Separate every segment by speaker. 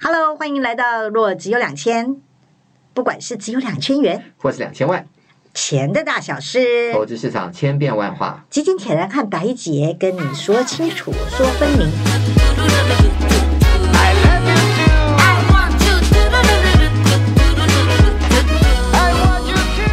Speaker 1: Hello，欢迎来到若只有两千，不管是只有两千元，
Speaker 2: 或是两千万，
Speaker 1: 钱的大小事，
Speaker 2: 投资市场千变万化。
Speaker 1: 基金铁人和白姐跟你说清楚，说分明。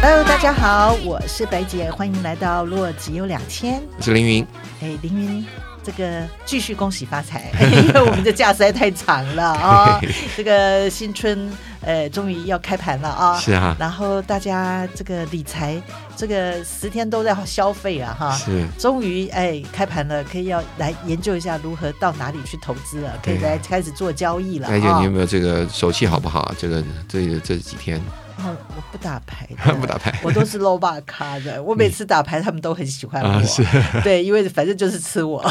Speaker 1: Hello，大家好，我是白姐，欢迎来到若只有两千。
Speaker 2: 我是凌云，
Speaker 1: 哎，凌云，这个继续恭喜发财， 因为我们的假实在太长了啊、 这个新春呃，终于要开盘了啊、
Speaker 2: 是啊，
Speaker 1: 然后大家这个理财，这个十天都在消费啊哈，
Speaker 2: 是
Speaker 1: 终于哎开盘了，可以要来研究一下如何到哪里去投资了，可以
Speaker 2: 对
Speaker 1: 来开始做交易了啊
Speaker 2: 白。姐，你有没有这个手气好不好？啊这个这这几天
Speaker 1: 哦我不打牌的，
Speaker 2: 不打牌
Speaker 1: 我都是 low bar 卡的。我每次打牌，他们都很喜欢
Speaker 2: 啊，
Speaker 1: 我，
Speaker 2: 是，
Speaker 1: 对，因为反正就是吃我。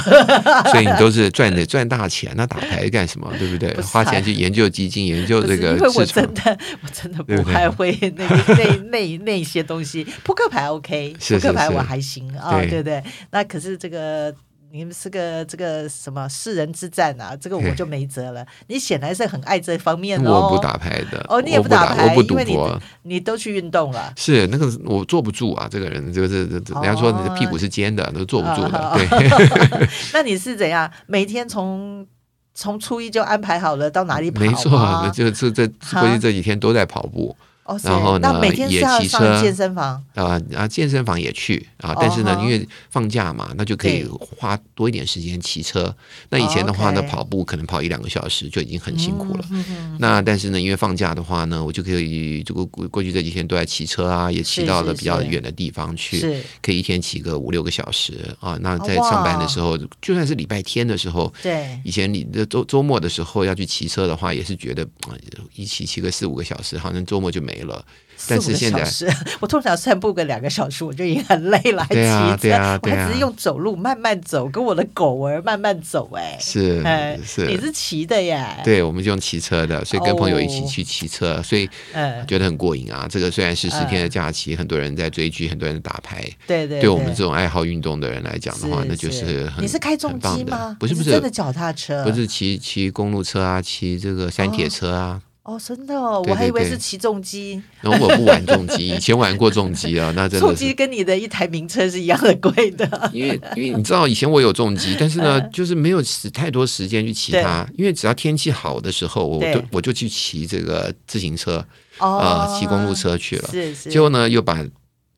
Speaker 2: 所以你都是赚的赚大钱，那打牌干什么？对不对？
Speaker 1: 不是啊
Speaker 2: 花钱去研究基金，研究
Speaker 1: 不
Speaker 2: 这
Speaker 1: 是
Speaker 2: 个
Speaker 1: 因为我
Speaker 2: 市场
Speaker 1: 真，的 我真的
Speaker 2: 对
Speaker 1: 不
Speaker 2: 不对
Speaker 1: 太会那个那那那些东西，扑克牌 OK，
Speaker 2: 是
Speaker 1: 扑克牌
Speaker 2: 是是
Speaker 1: 我还行啊，
Speaker 2: 对
Speaker 1: 对不对？那可是这个。你们是个这个什么世人之战啊？这个我
Speaker 2: 嘿
Speaker 1: 就没辙了。你显然是很爱这方面哦。
Speaker 2: 我不打牌的，
Speaker 1: 哦，你也
Speaker 2: 我
Speaker 1: 不
Speaker 2: 打，
Speaker 1: 牌，
Speaker 2: 我不赌
Speaker 1: 因为你
Speaker 2: 博。
Speaker 1: 你都去运动了。
Speaker 2: 是那个我坐不住啊，这个人就是人
Speaker 1: 哦
Speaker 2: 家说你的屁股是尖的，都坐不住的。对，
Speaker 1: 那你是怎样？每天从从初一就安排好了到哪里跑吗？
Speaker 2: 没错，啊那就这这
Speaker 1: 哈
Speaker 2: 过去这几天都在跑步
Speaker 1: 哦，是
Speaker 2: 然后呢
Speaker 1: 那每天是
Speaker 2: 也
Speaker 1: 要
Speaker 2: 骑
Speaker 1: 上
Speaker 2: 车
Speaker 1: 健身房
Speaker 2: 啊啊，健身房也去啊
Speaker 1: 哦，
Speaker 2: 但是呢，
Speaker 1: 哈
Speaker 2: 因为放假嘛，那就可以
Speaker 1: 对
Speaker 2: 花多一点时间骑车。那以前的话呢，
Speaker 1: 哦，OK
Speaker 2: 跑步可能跑一两个小时就已经很辛苦了。。
Speaker 1: 嗯嗯嗯
Speaker 2: 那但是呢，因为放假的话呢，我就可以这个过过去这几天都在骑车啊，也
Speaker 1: 是
Speaker 2: 骑到
Speaker 1: 是
Speaker 2: 了比较
Speaker 1: 是
Speaker 2: 远的地方去。
Speaker 1: 是哦
Speaker 2: 可以一天骑个五六个小时啊。那在
Speaker 1: 哇
Speaker 2: 上班的时候，就算是礼拜天的时候，
Speaker 1: 对，
Speaker 2: 以前你的周周末的时候要去骑车的话，也是觉得啊、一骑骑个四五个小时，好像周末就没了。但是现在
Speaker 1: 四五个小时 我通常散步个两个小时，我就已经很累了，还骑
Speaker 2: 对啊
Speaker 1: 车，
Speaker 2: 对啊
Speaker 1: 我
Speaker 2: 对啊
Speaker 1: 还只是用走路慢慢走，跟我的狗儿慢慢走、
Speaker 2: 是
Speaker 1: 哎，哎，你
Speaker 2: 是，
Speaker 1: 是骑的耶，，
Speaker 2: 对，我们就用骑车的，所以跟朋友一起
Speaker 1: 哦
Speaker 2: 去骑车，所以
Speaker 1: 嗯，
Speaker 2: 觉得很过瘾啊。这个虽然是十天
Speaker 1: 嗯
Speaker 2: 的假期，很多人在追剧，很多人打牌，
Speaker 1: 对对对
Speaker 2: 对我们这种爱好运动的人来讲的话，那就是很
Speaker 1: 你是开重
Speaker 2: 很棒
Speaker 1: 机
Speaker 2: 的
Speaker 1: 吗？
Speaker 2: 不是
Speaker 1: 你
Speaker 2: 不
Speaker 1: 是，真的脚踏车，
Speaker 2: 不是骑骑公路车啊，骑这个山铁车啊。
Speaker 1: 哦，真的哦，
Speaker 2: 对
Speaker 1: 我还以为
Speaker 2: 对对
Speaker 1: 是骑重机，
Speaker 2: 然后我不玩重 机，以前玩过重机啊，那真
Speaker 1: 重
Speaker 2: 的
Speaker 1: 机
Speaker 2: 是。啊
Speaker 1: 跟你的一台名车是一样的 贵的，
Speaker 2: 因为因为你知道以前我有重 机，但是
Speaker 1: 嗯
Speaker 2: 呢，就是没有时太多时间去骑它，因为只要天气好的时候，我
Speaker 1: 对
Speaker 2: 就我就去骑这个自行车啊、
Speaker 1: 哦，
Speaker 2: 骑公路车去了，
Speaker 1: 是是，
Speaker 2: 结果呢又把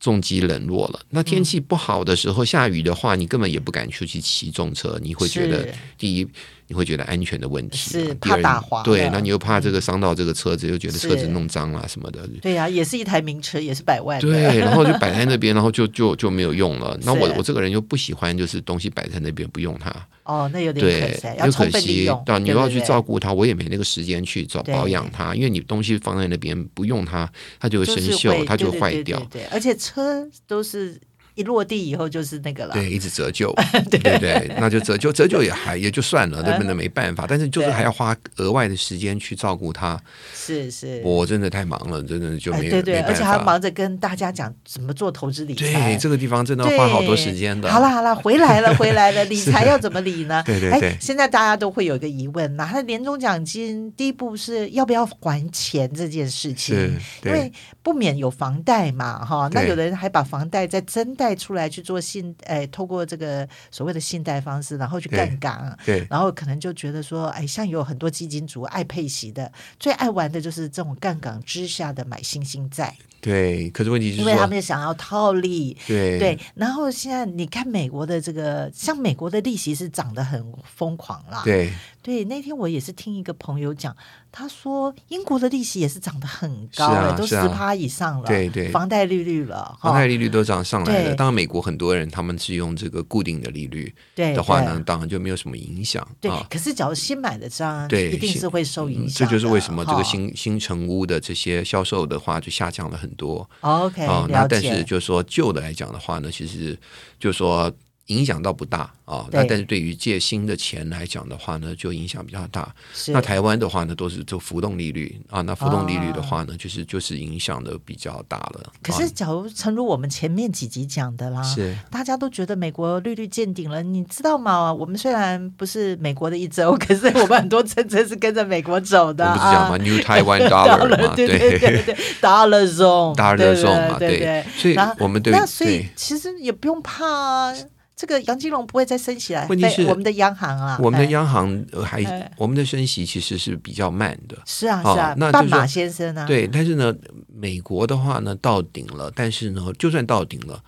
Speaker 2: 重机冷落了。那天气不好的时候，下雨的话，你根本也不敢出去骑重车，你会觉得
Speaker 1: 是
Speaker 2: 第一你会觉得安全的问题嘛，
Speaker 1: 是
Speaker 2: 第二
Speaker 1: 怕打滑
Speaker 2: 对
Speaker 1: 了，
Speaker 2: 那你又怕这个伤到这个车子，又觉得车
Speaker 1: 是
Speaker 2: 子弄脏了什么的，
Speaker 1: 对呀、也是一台名车，也是百万 的，
Speaker 2: 对，然后就摆在那边，然后就就就没有用了。那我
Speaker 1: 是
Speaker 2: 我这个人又不喜欢，就是东西摆在那边不用它，
Speaker 1: 哦，那有点可
Speaker 2: 对
Speaker 1: 惜，，要
Speaker 2: 又
Speaker 1: 充
Speaker 2: 可
Speaker 1: 分利
Speaker 2: 惜
Speaker 1: 用，。
Speaker 2: 对，你又要去
Speaker 1: 对
Speaker 2: 照顾它，我也没那个时间去找
Speaker 1: 对
Speaker 2: 保养它，因为你东西放在那边不用它，它就会生
Speaker 1: 就是
Speaker 2: 锈，
Speaker 1: 会
Speaker 2: 它就会
Speaker 1: 对对
Speaker 2: 坏
Speaker 1: 对
Speaker 2: 掉
Speaker 1: 对，对而且车都是一落地以后就是那个了。
Speaker 2: 对，一直折 旧，对不对？那就折旧，折旧也还也就算了，对不对？没办法，但是就是
Speaker 1: 嗯对
Speaker 2: 还要花额外的时间去照顾它，
Speaker 1: 是是。
Speaker 2: 我真的太忙了，真的就
Speaker 1: 哎，
Speaker 2: 没
Speaker 1: 对对，
Speaker 2: 没
Speaker 1: 而
Speaker 2: 办
Speaker 1: 且还
Speaker 2: 法。
Speaker 1: 忙着跟大家讲怎么做投资理财。
Speaker 2: 对，这个地方真的
Speaker 1: 对
Speaker 2: 花好多时间的。
Speaker 1: 好啦好啦，回来了回来 了，理财要怎么理呢？
Speaker 2: 对对
Speaker 1: 哎
Speaker 2: 对
Speaker 1: 现在大家都会有一个疑问，拿了年终奖金，第一步是要不要还钱这件事
Speaker 2: 是
Speaker 1: 情。，因
Speaker 2: 对。
Speaker 1: 为不免有房贷嘛，哈，那
Speaker 2: 对
Speaker 1: 有的人还把房贷再增贷出来去做信，哎，透过这个所谓的信贷方式，然后去
Speaker 2: 对
Speaker 1: 杠杆，啊
Speaker 2: 对
Speaker 1: 然后可能就觉得说，哎，像有很多基金族爱配息的，最爱玩的就是这种杠杆之下的买星星债，
Speaker 2: 对，可是问题是
Speaker 1: 因为他
Speaker 2: 说，
Speaker 1: 们想要套利。
Speaker 2: 对
Speaker 1: 对，然后现在你看美国的这个，像美国的利息是涨得很疯狂啦。
Speaker 2: 对
Speaker 1: 对那天我也是听一个朋友讲，他说英国的利息也是涨得很
Speaker 2: 是
Speaker 1: 高、
Speaker 2: 啊
Speaker 1: 哎都十
Speaker 2: 是啊
Speaker 1: 趴以上了，
Speaker 2: 对对
Speaker 1: 房贷利率了，
Speaker 2: 房贷
Speaker 1: 哈
Speaker 2: 利率都涨上来
Speaker 1: 对
Speaker 2: 了。当然，美国很多人他们是用这个固定的利率
Speaker 1: 对
Speaker 2: 的话
Speaker 1: 对
Speaker 2: 呢，当然就没有什么影响
Speaker 1: 对，
Speaker 2: 啊。
Speaker 1: 可是假如新买的张，
Speaker 2: 对
Speaker 1: 一定
Speaker 2: 新
Speaker 1: 是会受影
Speaker 2: 嗯
Speaker 1: 响
Speaker 2: 这
Speaker 1: 的、
Speaker 2: 就是为什么这
Speaker 1: 哈
Speaker 2: 个新新成屋的这些销售的话就下降了很多
Speaker 1: OK
Speaker 2: 啊。
Speaker 1: 了
Speaker 2: 那
Speaker 1: 解。
Speaker 2: 但是就是说旧的来讲的话呢，其实就是说。影响倒不大啊。
Speaker 1: 对
Speaker 2: 那但是对于借新的钱来讲的话呢，就影响比较大。
Speaker 1: 是
Speaker 2: 那台湾的话呢，都是就浮动利率啊，那浮动利率的话呢，就是就是影响的比较大了。
Speaker 1: 哦可是，假如诚如我们前面几集讲的啦，
Speaker 2: 啊是
Speaker 1: 大家都觉得美国利率见顶了，你知道吗？我们虽然不是美国的一周， 可是我们很多政策是跟着美国走
Speaker 2: 我
Speaker 1: 的
Speaker 2: 们不是讲嘛
Speaker 1: 啊。
Speaker 2: ，New Taiwan Dollar 嘛，
Speaker 1: 对对对对，dollar zone，
Speaker 2: 大热
Speaker 1: 对不
Speaker 2: 送嘛，
Speaker 1: 对对。
Speaker 2: 所以
Speaker 1: 然后
Speaker 2: 我们对
Speaker 1: 那所以
Speaker 2: 对。
Speaker 1: 其实也不用怕啊，这个杨金龙不会再升起来。
Speaker 2: 问题是
Speaker 1: 对我们的央行啊，
Speaker 2: 我们的
Speaker 1: 哎
Speaker 2: 央行呃还
Speaker 1: 哎，
Speaker 2: 我们的升息其实是比较慢的，
Speaker 1: 是啊
Speaker 2: 哦
Speaker 1: 是啊
Speaker 2: 那，
Speaker 1: 半
Speaker 2: 就是
Speaker 1: 马
Speaker 2: 说
Speaker 1: 先生啊，
Speaker 2: 对。但是呢，美国的话呢到顶了，但是呢，就算到顶了，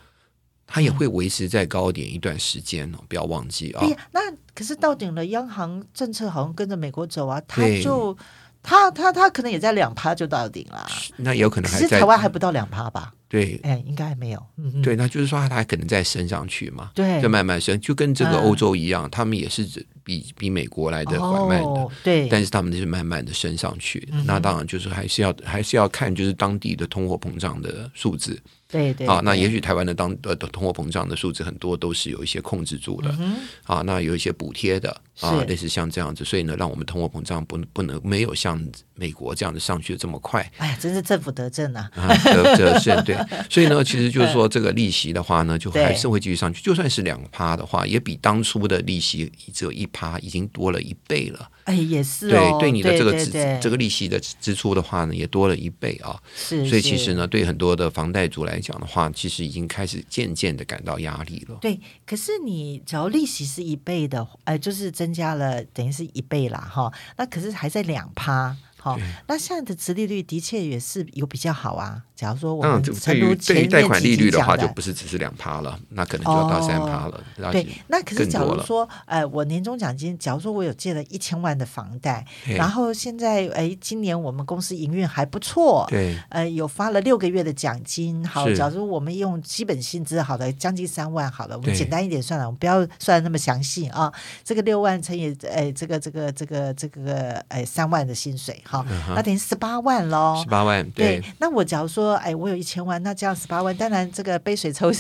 Speaker 2: 它也会维持在高点一段时间哦，不要忘记啊
Speaker 1: 嗯对。呀，那可是到顶了，央行政策好像跟着美国走啊，他
Speaker 2: 对
Speaker 1: 就他他他可能也在两趴就到顶了，
Speaker 2: 那有可
Speaker 1: 可
Speaker 2: 能
Speaker 1: 是
Speaker 2: 还在
Speaker 1: 台湾还不到两趴吧？
Speaker 2: 对
Speaker 1: 哎，应该还没有。嗯嗯，
Speaker 2: 对，那就是说它还可能再升上去嘛，
Speaker 1: 对
Speaker 2: 再慢慢升，就跟这个
Speaker 1: 嗯
Speaker 2: 欧洲一样，他们也是比比美国来的缓慢的
Speaker 1: 哦。、对，
Speaker 2: 但是他们就是慢慢的升上去，
Speaker 1: 嗯哼
Speaker 2: 那当然就是还是要还是要看就是当地的通货膨胀的数字
Speaker 1: 对对
Speaker 2: 啊。那
Speaker 1: 对
Speaker 2: 也许台湾的当呃的通货膨胀的数字很多都是有一些控制住的、
Speaker 1: 嗯
Speaker 2: 啊，那有一些补贴的啊
Speaker 1: 是，
Speaker 2: 类似像这样子，所以呢，让我们通货膨胀不不能没有像美国这样子上去的这么快。
Speaker 1: 哎呀，真是政府得政啊！
Speaker 2: 啊，折折现对，所以呢，其实就是说这个利息的话呢，就还是会继续上去。就算是两趴的话，也比当初的利息只有一趴，已经多了一倍了。
Speaker 1: 哎，也是哦，
Speaker 2: 对，对你的这个
Speaker 1: 对
Speaker 2: 支
Speaker 1: 对
Speaker 2: 这个利息的支出的话呢，也多了一倍啊。
Speaker 1: 是，
Speaker 2: 所以其
Speaker 1: 是
Speaker 2: 实呢，对很多的房贷族来讲的话，其实已经开始渐渐的感到压力了。
Speaker 1: 对，可是你只要利息是一倍的，呃，就是增加了，等于是一倍啦，哈。那可是还在两趴，哈。那现在的殖利率的确也是有比较好啊。假如说我
Speaker 2: 当
Speaker 1: 们
Speaker 2: 然，
Speaker 1: 诚
Speaker 2: 对
Speaker 1: 如
Speaker 2: 于
Speaker 1: 前
Speaker 2: 对于
Speaker 1: 面
Speaker 2: 贷款
Speaker 1: 几
Speaker 2: 利
Speaker 1: 集
Speaker 2: 率的
Speaker 1: 讲
Speaker 2: 话，
Speaker 1: 的哦
Speaker 2: 就不是只是两趴了，那可能就要到三趴了。那
Speaker 1: 对，那可是
Speaker 2: 更
Speaker 1: 假
Speaker 2: 多
Speaker 1: 如
Speaker 2: 了
Speaker 1: 说，呃，我年终奖金，假如说我有借了一千万的房贷，
Speaker 2: 嘿
Speaker 1: 然后现在，哎，今年我们公司营运还不错，
Speaker 2: 对
Speaker 1: 呃，有发了六个月的奖金。好，
Speaker 2: 是
Speaker 1: 假如我们用基本薪资，好的，将近三万，好了，我们
Speaker 2: 对
Speaker 1: 简单一点算了，我们不要算那么详细啊。这个六万乘以，哎，这个这个这个这个，哎，三万的薪水，哈，那等于十八万喽
Speaker 2: 嗯十。八万，对，
Speaker 1: 那我假如说，哎，我有一千万，那这样十八万，当然这个杯水车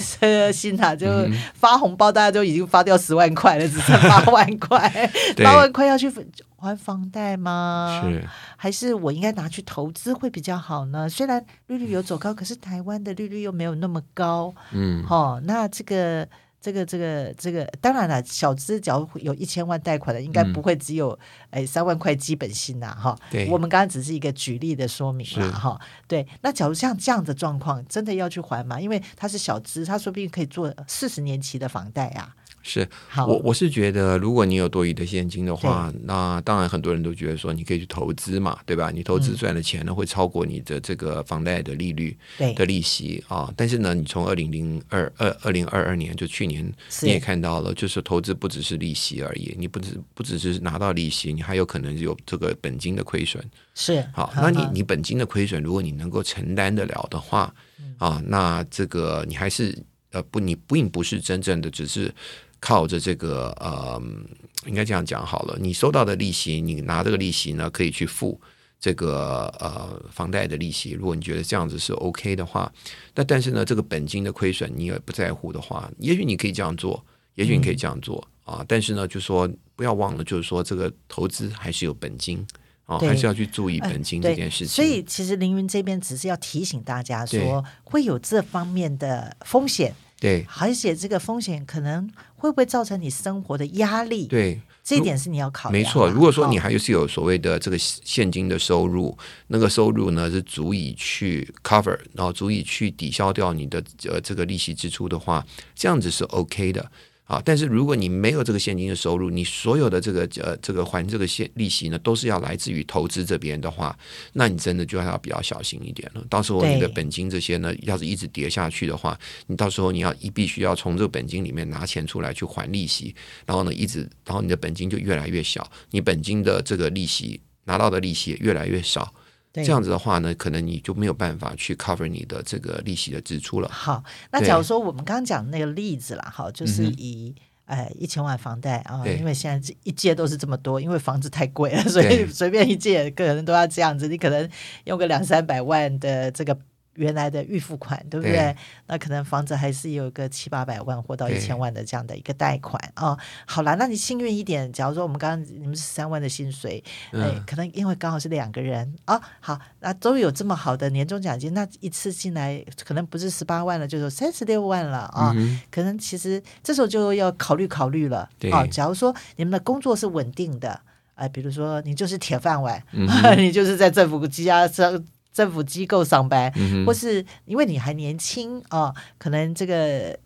Speaker 1: 薪啊，就
Speaker 2: 嗯
Speaker 1: 发红包，大家都已经发掉十万块了，只剩八万块，
Speaker 2: 对
Speaker 1: 八万块要去还房贷吗？
Speaker 2: 是
Speaker 1: 还是我应该拿去投资会比较好呢？虽然利率有走高，可是台湾的利率又没有那么高，
Speaker 2: 嗯，
Speaker 1: 哦，那这个。这个这个这个，当然了，小资只要有一千万贷款的，应该不会只有哎三万块基本薪呐、哈。
Speaker 2: 嗯对
Speaker 1: 我们刚刚只是一个举例的说明啦，
Speaker 2: 是
Speaker 1: 哈。对，那假如像这样的状况，真的要去还吗？因为他是小资，他说不定可以做四十年期的房贷啊。
Speaker 2: 是。
Speaker 1: 好，
Speaker 2: 我我是觉得，如果你有多余的现金的话，那当然很多人都觉得说，你可以去投资嘛，对吧？你投
Speaker 1: 嗯
Speaker 2: 资赚的钱呢，会超过你的这个房贷的利率
Speaker 1: 对
Speaker 2: 的利息啊。但是呢，你从二零零二二二零二二年就去年，
Speaker 1: 是
Speaker 2: 你也看到了，就是投资不只是利息而已，你不只不只是拿到利息，你还有可能有这个本金的亏损。
Speaker 1: 是嗯
Speaker 2: 好，
Speaker 1: 呵
Speaker 2: 那你
Speaker 1: 呵
Speaker 2: 你本金的亏损，如果你能够承担得了的话，啊，那这个你还是呃不，你并不是真正的只是靠着这个呃，嗯应该这样讲好了，你收到的利息，你拿这个利息呢，可以去付。这个呃房贷的利息，如果你觉得这样子是 OK 的话，那但是呢，这个本金的亏损你也不在乎的话，也许你可以这样做，也许你可以这样做、啊，但是呢，就说不要忘了，就是说这个投资还是有本金啊，
Speaker 1: 对
Speaker 2: 还是要去注意本金这
Speaker 1: 对，
Speaker 2: 件事情。
Speaker 1: 所以其实凌云这边只是要提醒大家
Speaker 2: 对
Speaker 1: 说，会有这方面的风险，
Speaker 2: 对
Speaker 1: 而且这个风险可能会不会造成你生活的压力？，
Speaker 2: 对，
Speaker 1: 这一点是你要考虑。
Speaker 2: 没错。如果说你
Speaker 1: 哦、
Speaker 2: 还有是有所谓的这个现金的收入，那个收入呢是足以去 cover，然后足以去抵消掉你的呃这个利息支出的话，这样子是 OK 的。啊，但是如果你没有这个现金的收入，你所有的这个呃这个还这个现利息呢，都是要来自于投资这边的话，那你真的就要比较小心一点了。到时候你的
Speaker 1: 对
Speaker 2: 本金这些呢，要是一直跌下去的话，你到时候你要一必须要从这个本金里面拿钱出来去还利息，然后呢一直，然后你的本金就越来越小，你本金的这个利息拿到的利息也越来越少。
Speaker 1: 对
Speaker 2: 这样子的话呢，可能你就没有办法去 cover 你的这个利息的支出了。
Speaker 1: 好，那
Speaker 2: 对
Speaker 1: 假如说我们刚刚讲的那个例子啦，哈，就是
Speaker 2: 嗯哼
Speaker 1: 以。呃，一千万房贷啊、
Speaker 2: 对
Speaker 1: 因为现在这一借都是这么多，因为房子太贵了， 所以
Speaker 2: 对
Speaker 1: 随便一借可能都要这样子。你可能用个两三百万的这个原来的预付款，对不对？
Speaker 2: 对
Speaker 1: 那可能房子还是有个七八百万或到
Speaker 2: 对
Speaker 1: 一千万的这样的一个贷款啊、好啦，那你幸运一点，假如说我们刚刚你们是三万的薪水，哎、
Speaker 2: 嗯
Speaker 1: 可能因为刚好是两个人啊、好，那都有这么好的年终奖金，那一次进来可能不是十八万了，就是三十六万了啊、
Speaker 2: 嗯
Speaker 1: 可能其实这时候就要考虑考虑了。
Speaker 2: 对
Speaker 1: 啊，假如说你们的工作是稳定的，哎、比如说你就是铁饭碗，
Speaker 2: 嗯哼
Speaker 1: 你就是在政府机啊政政府机构上班，
Speaker 2: 嗯
Speaker 1: 或
Speaker 2: 哼，
Speaker 1: 是因为你还年轻啊、可能这个。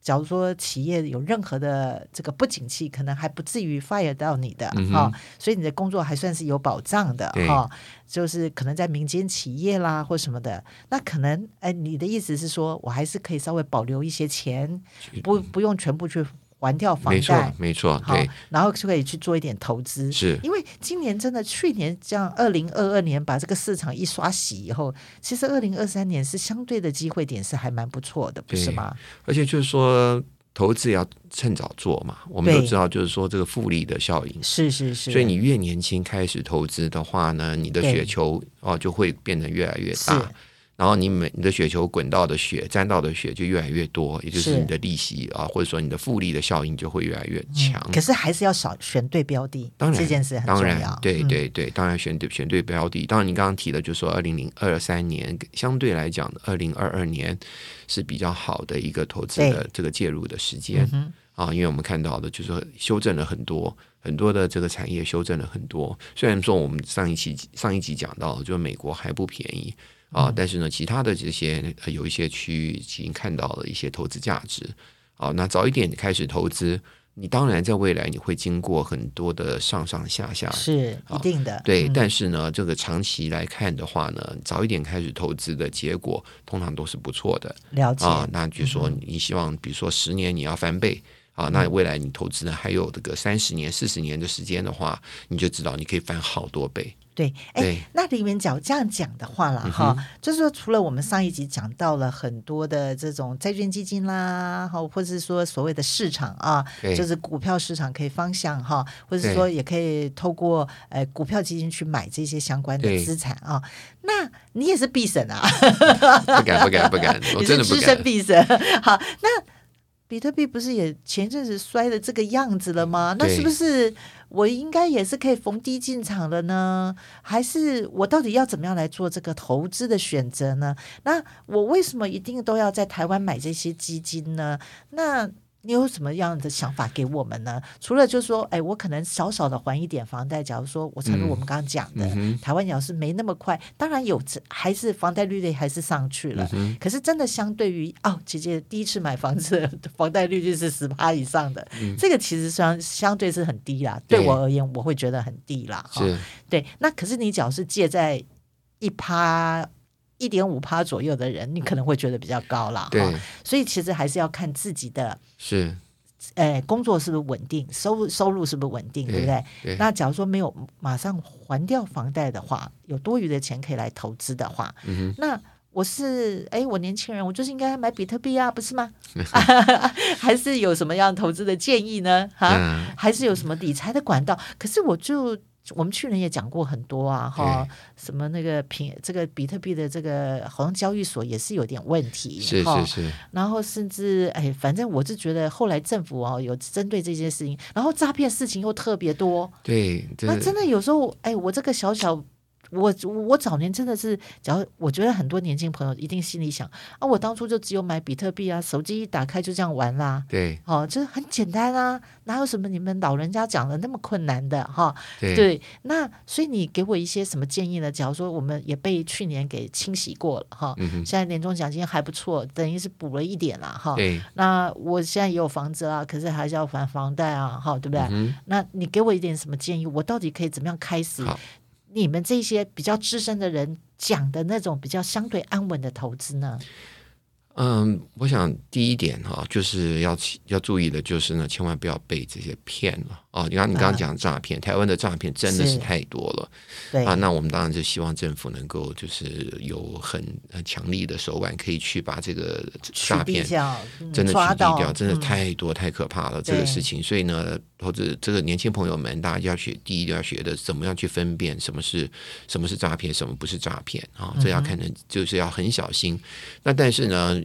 Speaker 1: 假如说企业有任何的这个不景气，可能还不至于 fire 到你的啊、
Speaker 2: 嗯哼
Speaker 1: 所以你的工作还算是有保障的
Speaker 2: 对
Speaker 1: 啊、就是可能在民间企业啦或什么的，那可能哎，你的意思是说我还是可以稍微保留一些钱，不不用全部去还掉房
Speaker 2: 没
Speaker 1: 贷
Speaker 2: 错，，没错，
Speaker 1: 好
Speaker 2: 对，，
Speaker 1: 然后就可以去做一点投资。
Speaker 2: 是
Speaker 1: 因为今年真的，去年这样二零二二年把这个市场一刷洗以后，其实二零二三年是相对的机会点是还蛮不错的，不是
Speaker 2: 对
Speaker 1: 吗？
Speaker 2: 而且就是说投资也要趁早做嘛，我们
Speaker 1: 对
Speaker 2: 都知道就是说这个复利的效应。
Speaker 1: 是是是，
Speaker 2: 所以你越年轻开始投资的话呢，你的
Speaker 1: 对
Speaker 2: 雪球哦就会变得越来越
Speaker 1: 是
Speaker 2: 大，然后你每你的雪球滚到的雪沾到的雪就越来越多，也就是
Speaker 1: 是
Speaker 2: 你的利息啊，或者说你的复利的效应就会越来越强。
Speaker 1: 嗯可是还是要少选对标的，
Speaker 2: 当然，
Speaker 1: 这件事很
Speaker 2: 当
Speaker 1: 重
Speaker 2: 然
Speaker 1: 要。
Speaker 2: 对
Speaker 1: 嗯，
Speaker 2: 对对，当然选对选对标的。当然，你刚刚提的，就是说二零零二三年相对来讲，二零二二年是比较好的一个投资的这个介入的时
Speaker 1: 嗯
Speaker 2: 间、啊，因为我们看到的就是说修正了很多很多的这个产业修正了很多。虽然说我们上一期上一集讲到，就是美国还不便宜。
Speaker 1: 嗯
Speaker 2: 啊，但是呢，其他的这些、呃有一些区域已经看到了一些投资价值，好，那早一点开始投资，你当然在未来你会经过很多的上上下下。
Speaker 1: 是一
Speaker 2: 好
Speaker 1: 定的。
Speaker 2: 啊哦对，
Speaker 1: 嗯
Speaker 2: 但是呢，这个长期来看的话呢，早一点开始投资的结果通常都是不错的
Speaker 1: 了解。嗯
Speaker 2: 啊。那就说你希望，比如说十年你要翻倍啊，那未来你投资呢还有这个三十年、四十年的时间的话，你就知道你可以翻好多倍。
Speaker 1: 对，哎
Speaker 2: 对，嗯
Speaker 1: 那李元角这样讲的话啦，哈、就是说，除了我们上一集讲到了很多的这种债券基金啦，哈，或者是说所谓的市场啊，
Speaker 2: 对
Speaker 1: 就是股票市场可以方向哈，或者是说也可以透过呃股票基金去买这些相关的
Speaker 2: 对
Speaker 1: 资产啊。那你也是必审啊，
Speaker 2: 不敢，不敢，不 敢，我
Speaker 1: 你
Speaker 2: 真的不
Speaker 1: 是资
Speaker 2: 敢
Speaker 1: 深。必审。好，那比特币不是也前阵子摔的这个样子了吗？那
Speaker 2: 对
Speaker 1: 是不是我应该也是可以逢低进场了呢？还是我到底要怎么样来做这个投资的选择呢？那我为什么一定都要在台湾买这些基金呢？那你有什么样的想法给我们呢？除了就是说，哎，我可能少少的还一点房贷，假如说我诚如
Speaker 2: 嗯
Speaker 1: 我们刚刚讲的，
Speaker 2: 嗯哼，
Speaker 1: 台湾要是没那么快，当然有，还是房贷利率还是上去了。
Speaker 2: 嗯
Speaker 1: 可是真的相对于哦，姐姐第一次买房子，房贷利率是十八以上的，这个其实相相对是很低啦。对
Speaker 2: 嗯对
Speaker 1: 我而言，我会觉得很低啦。哈
Speaker 2: 是
Speaker 1: 对，那可是你只要是借在一趴。一点五趴左右的人，你可能会觉得比较高啦。
Speaker 2: 对
Speaker 1: 哈，所以其实还是要看自己的，
Speaker 2: 是，
Speaker 1: 呃，工作是不是稳定，收入收入是不是稳定，对不对？
Speaker 2: 对，
Speaker 1: 那假如说没有马上还掉房贷的话，有多余的钱可以来投资的话，
Speaker 2: 嗯
Speaker 1: 那我是哎，我年轻人，我就是应该买比特币啊，不 是吗？还是有什么样投资的建议呢？
Speaker 2: 哼，
Speaker 1: 哈，
Speaker 2: 嗯，
Speaker 1: 还是有什么理财的管道？可是我就我们去年也讲过很多啊，哈，什么那个平这个比特币的这个好像交易所也是有点问题，
Speaker 2: 嗯是
Speaker 1: 哈
Speaker 2: 是是，
Speaker 1: 然后甚至哎，反正我是觉得后来政府哦有针对这些事情，然后诈骗事情又特别多，
Speaker 2: 对，真
Speaker 1: 那
Speaker 2: 的
Speaker 1: 真的有时候，哎，我这个小小。我我早年真的是，只要我觉得很多年轻朋友一定心里想啊，我当初就只有买比特币啊，手机一打开就这样玩啦，
Speaker 2: 对
Speaker 1: 哦，就是很简单啊，哪有什么你们老人家讲的那么困难的哈、
Speaker 2: 对
Speaker 1: 对，那所以你给我一些什么建议呢？假如说我们也被去年给清洗过了哈，
Speaker 2: 嗯哼，
Speaker 1: 现在年终奖金还不错，等于是补了一点啦哈。
Speaker 2: 对，
Speaker 1: 那我现在也有房子啊，可是还是要还房贷啊，哈，对不对？
Speaker 2: 嗯
Speaker 1: 那你给我一点什么建议？我到底可以怎么样开始
Speaker 2: 哼，好。
Speaker 1: 你们这些比较资深的人讲的那种比较相对安稳的投资呢？
Speaker 2: 嗯，我想第一点哈、就是要要注意的，就是呢，千万不要被这些骗了啊！你刚你刚刚讲诈骗，台湾的诈骗真的
Speaker 1: 啊是
Speaker 2: 是太多了。
Speaker 1: 对，
Speaker 2: 啊，那我们当然就希望政府能够就是有很很强力的手腕，可以去把这个
Speaker 1: 去
Speaker 2: 诈
Speaker 1: 比
Speaker 2: 骗
Speaker 1: 较嗯
Speaker 2: 真的去
Speaker 1: 抓
Speaker 2: 低
Speaker 1: 到
Speaker 2: 调，真的
Speaker 1: 嗯
Speaker 2: 太多太可怕了这
Speaker 1: 对
Speaker 2: 个事情。所以呢，或者这个年轻朋友们，大家要学第一要学的，怎么样去分辨什么是什么是诈骗，什么不是诈骗啊？这要看人，就是要很小心。那但是呢，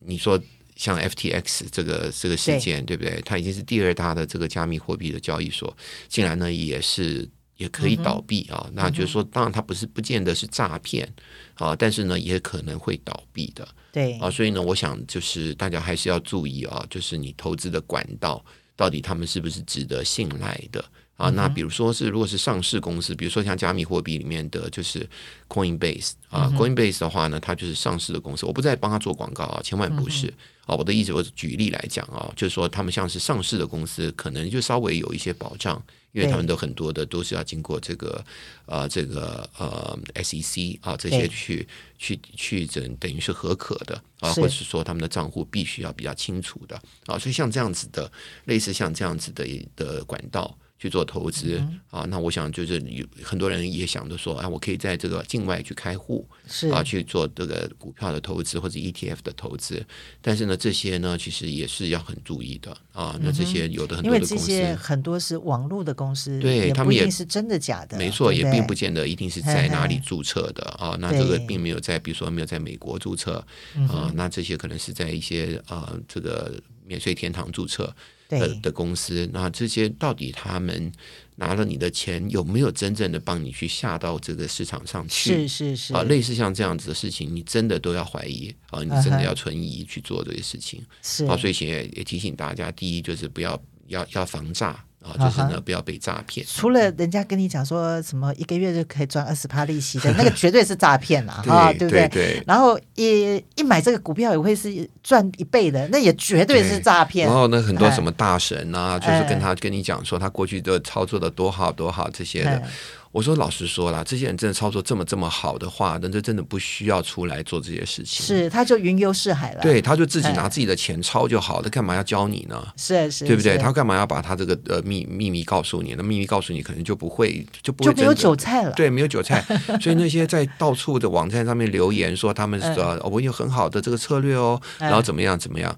Speaker 2: 你说。像 FTX 这个这个
Speaker 1: 对
Speaker 2: 事件，对不对？它已经是第二大的这个加密货币的交易所，竟然呢也是也可以倒闭啊、
Speaker 1: 嗯
Speaker 2: 那就是说，当然它不是不见得是诈骗啊，但是呢也可能会倒闭的。
Speaker 1: 对
Speaker 2: 啊，所以呢，我想就是大家还是要注意啊，就是你投资的管道到底他们是不是值得信赖的啊？
Speaker 1: 嗯
Speaker 2: 那比如说是如果是上市公司，比如说像加密货币里面的就是 Coinbase 啊、c
Speaker 1: 嗯
Speaker 2: o i n b a s e 的话呢，它就是上市的公司，我不再帮他做广告啊，千万不
Speaker 1: 嗯
Speaker 2: 是。啊，我的意思，我举例来讲啊，就是说他们像是上市的公司，可能就稍微有一些保障，因为
Speaker 1: 对
Speaker 2: 他们都很多的都是要经过这个呃这个呃 SEC 啊这
Speaker 1: 对
Speaker 2: 些去去去等等于是合可的啊，
Speaker 1: 是
Speaker 2: 或者是说他们的账户必须要比较清楚的啊，所以像这样子的类似像这样子的的管道。去做投资、
Speaker 1: 嗯
Speaker 2: 啊，那我想就是有很多人也想着说，啊，我可以在这个境外去开户，
Speaker 1: 是
Speaker 2: 啊去做这个股票的投资或者 ETF 的投资，但是呢，这些呢其实也是要很注意的啊。那这些有的很
Speaker 1: 嗯因
Speaker 2: 多
Speaker 1: 为
Speaker 2: 的
Speaker 1: 这
Speaker 2: 公司，
Speaker 1: 些呃很多是网络的公司，
Speaker 2: 对
Speaker 1: 也
Speaker 2: 他
Speaker 1: 不
Speaker 2: 们
Speaker 1: 一
Speaker 2: 也
Speaker 1: 定是真的假的，
Speaker 2: 没错，
Speaker 1: 对
Speaker 2: 也
Speaker 1: 对
Speaker 2: 并不见得一定是在哪
Speaker 1: 嘿
Speaker 2: 里
Speaker 1: 嘿
Speaker 2: 注册的啊。那这个
Speaker 1: 对
Speaker 2: 并没有在，比如说没有在美国注册
Speaker 1: 嗯
Speaker 2: 啊，那这些可能是在一些呃这个免税天堂注册的
Speaker 1: 对
Speaker 2: 的公司。那这些到底他们拿了你的钱，有没有真正的帮你去下到这个市场上去？
Speaker 1: 是是是
Speaker 2: 啊，类似像这样子的事情，你真的都要怀疑啊，你真
Speaker 1: 嗯哼
Speaker 2: 的要存疑去做这些事情。
Speaker 1: 是
Speaker 2: 啊，所以也也提醒大家，第一就是不要要要防诈啊，就是
Speaker 1: 嗯
Speaker 2: 呢
Speaker 1: 哼
Speaker 2: 不要被诈骗。
Speaker 1: 除了人家跟你讲说什么一个月就可以赚二十趴利息的 那个，绝对是诈骗啦，哈，啊对
Speaker 2: 对
Speaker 1: 不对？
Speaker 2: 对。
Speaker 1: 然后一一买这个股票也会是赚一倍的，那也绝对是诈骗
Speaker 2: 然。后呢，很多
Speaker 1: 哎
Speaker 2: 什么大神啊，就
Speaker 1: 哎
Speaker 2: 是跟他跟你讲说他过去的操作的多好多好这些的
Speaker 1: 哎。
Speaker 2: 我说老实说啦，这些人真的操作这么这么好的话，那就真的不需要出来做这些事情。，
Speaker 1: 是，他就云游四海了。
Speaker 2: 对，他就自己
Speaker 1: 哎
Speaker 2: 拿自己的钱抄就好了，干嘛要教你呢？
Speaker 1: 是，是是，
Speaker 2: 对不对？他干嘛要把他这个呃秘秘密告诉你？那秘密告诉你，可能就不会就不
Speaker 1: 就
Speaker 2: 会
Speaker 1: 没有
Speaker 2: 真的
Speaker 1: 韭菜了。
Speaker 2: 对，没有韭 菜，所以那些在到处的网站上面留言说他们
Speaker 1: 嗯
Speaker 2: 呃、哦我有很好的这个策略哦，
Speaker 1: 嗯
Speaker 2: 然后怎么样怎么样，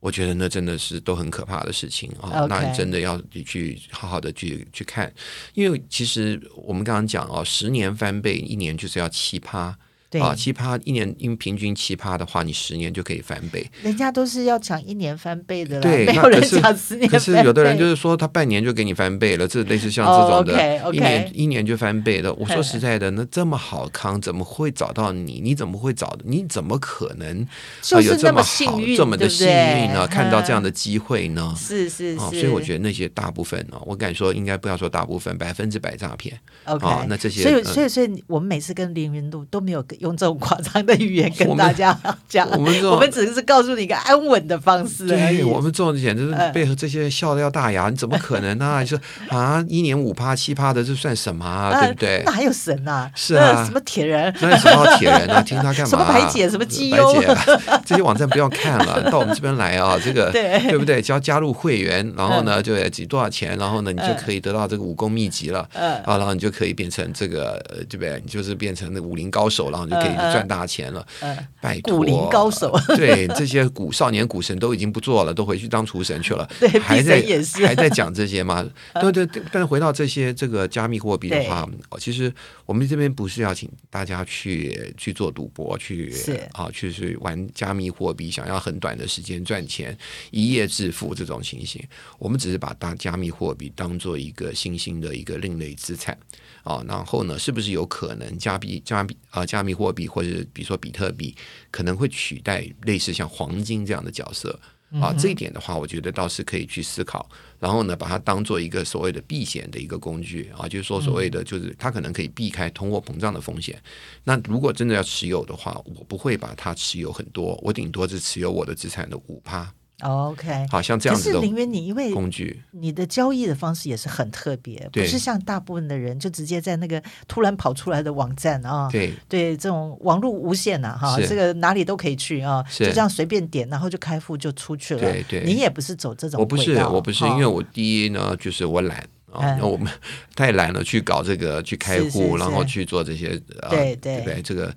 Speaker 2: 我觉得那真的是都很可怕的事情啊、
Speaker 1: OK
Speaker 2: 那你真的要去好好的去去看，因为其实我们刚刚讲哦，十年翻倍，一年就是要七趴。
Speaker 1: 对
Speaker 2: 啊，七趴一年，因为平均七趴的话，你十年就可以翻倍。
Speaker 1: 人家都是要讲一年翻倍的啦，
Speaker 2: 对，
Speaker 1: 没
Speaker 2: 那
Speaker 1: 有人
Speaker 2: 可是
Speaker 1: 讲十年
Speaker 2: 可
Speaker 1: 翻倍。
Speaker 2: 是有的人就是说他半年就给你翻倍了，这类似像这种的，
Speaker 1: 哦
Speaker 2: 一
Speaker 1: ，OK，OK 嗯
Speaker 2: 年一年就翻倍的。我
Speaker 1: 嘿
Speaker 2: 说实在的，那这么好康，怎么会找到你？你怎么会找？你怎么可能、
Speaker 1: 就
Speaker 2: 啊
Speaker 1: 是
Speaker 2: 有
Speaker 1: 那
Speaker 2: 这
Speaker 1: 么
Speaker 2: 么
Speaker 1: 幸
Speaker 2: 好、
Speaker 1: 运
Speaker 2: 这么的
Speaker 1: 对不
Speaker 2: 幸运呢、
Speaker 1: 对
Speaker 2: 看到这样
Speaker 1: 嗯
Speaker 2: 的机会呢？
Speaker 1: 是是是，
Speaker 2: 啊、所以我觉得那些大部分呢、我敢说应该不要说大部分，百分之百诈骗。
Speaker 1: OK，、
Speaker 2: 啊那这些
Speaker 1: 所以
Speaker 2: 嗯
Speaker 1: 所以所以，我们每次跟凌云录都没有用这种夸张的语言
Speaker 2: 我
Speaker 1: 跟
Speaker 2: 们
Speaker 1: 大家讲，
Speaker 2: 我们这种
Speaker 1: 我们只是告诉你一个安稳的方式而已
Speaker 2: 对。我们这种简直
Speaker 1: 嗯
Speaker 2: 是被这些笑掉大牙，你怎么可能 呢、你说啊，一年五趴七趴的，这算什么啊？
Speaker 1: 嗯
Speaker 2: 对不对？
Speaker 1: 哪有神啊？
Speaker 2: 是啊
Speaker 1: 那什么铁人？
Speaker 2: 那有什么好铁人呢、听他干嘛、啊？
Speaker 1: 什么白姐什么基
Speaker 2: 白
Speaker 1: 优
Speaker 2: 姐啊这些网站不要看了，到我们这边来啊，这个
Speaker 1: 对嗯
Speaker 2: 不对？只要加入会员，然后呢，就几多少钱，然后呢，你就可以得到这个武功秘籍了。
Speaker 1: 嗯，
Speaker 2: 啊，然后你就可以变成这个，呃对不对？你就是变成那武林高手，然后你就可以
Speaker 1: 嗯嗯
Speaker 2: 赚大钱了。
Speaker 1: 嗯
Speaker 2: 拜托，
Speaker 1: 古灵高手，
Speaker 2: 对这些古少年股神都已经不做了，都回去当厨神去了。
Speaker 1: 对
Speaker 2: 还
Speaker 1: 毕
Speaker 2: 在
Speaker 1: 生也是嗯
Speaker 2: 还在讲这些 吗？对对对。但是回到这些这个加密货币的
Speaker 1: 对
Speaker 2: 话，哦其实我们这边不是要请大家去去做赌博，去
Speaker 1: 是
Speaker 2: 啊去去玩加密货币，想要很短的时间赚钱、一夜致富这种情形。我们只是把当加密货币当做一个新兴的一个另类资产啊、然后呢，是不是有可能加币加币啊、加密货币或者是比如说比特币可能会取代类似像黄金这样的角色？啊，这一点的话，我觉得倒是可以去思考，然后呢，把它当做一个所谓的避险的一个工具啊，就是说所谓的就是它可能可以避开通货膨胀的风险。那如果真的要持有的话，我不会把它持有很多，我顶多是持有我的资产的五趴
Speaker 1: OK，
Speaker 2: 好像这
Speaker 1: 可
Speaker 2: 样子
Speaker 1: 是林
Speaker 2: 的
Speaker 1: 渊，你因为
Speaker 2: 工具。
Speaker 1: 你的交易的方式也是很特别，不
Speaker 2: 对
Speaker 1: 是像大部分的人就直接在那个突然跑出来的网站啊，
Speaker 2: 对
Speaker 1: 对这种网络无限呐、哈，
Speaker 2: 是
Speaker 1: 这个哪里都可以去啊，
Speaker 2: 是
Speaker 1: 就这样随便点，然后就开户就出去了。
Speaker 2: 对对
Speaker 1: 你也不是走这种
Speaker 2: 我不是
Speaker 1: 轨道啊
Speaker 2: 我不是，
Speaker 1: 哈
Speaker 2: 因为我第一呢就是我懒。啊
Speaker 1: 嗯，
Speaker 2: 那我们太懒了，去搞这个，去开
Speaker 1: 是是
Speaker 2: 户，
Speaker 1: 是
Speaker 2: 然后去做这些，呃
Speaker 1: 对
Speaker 2: 对不
Speaker 1: 对
Speaker 2: 对？这个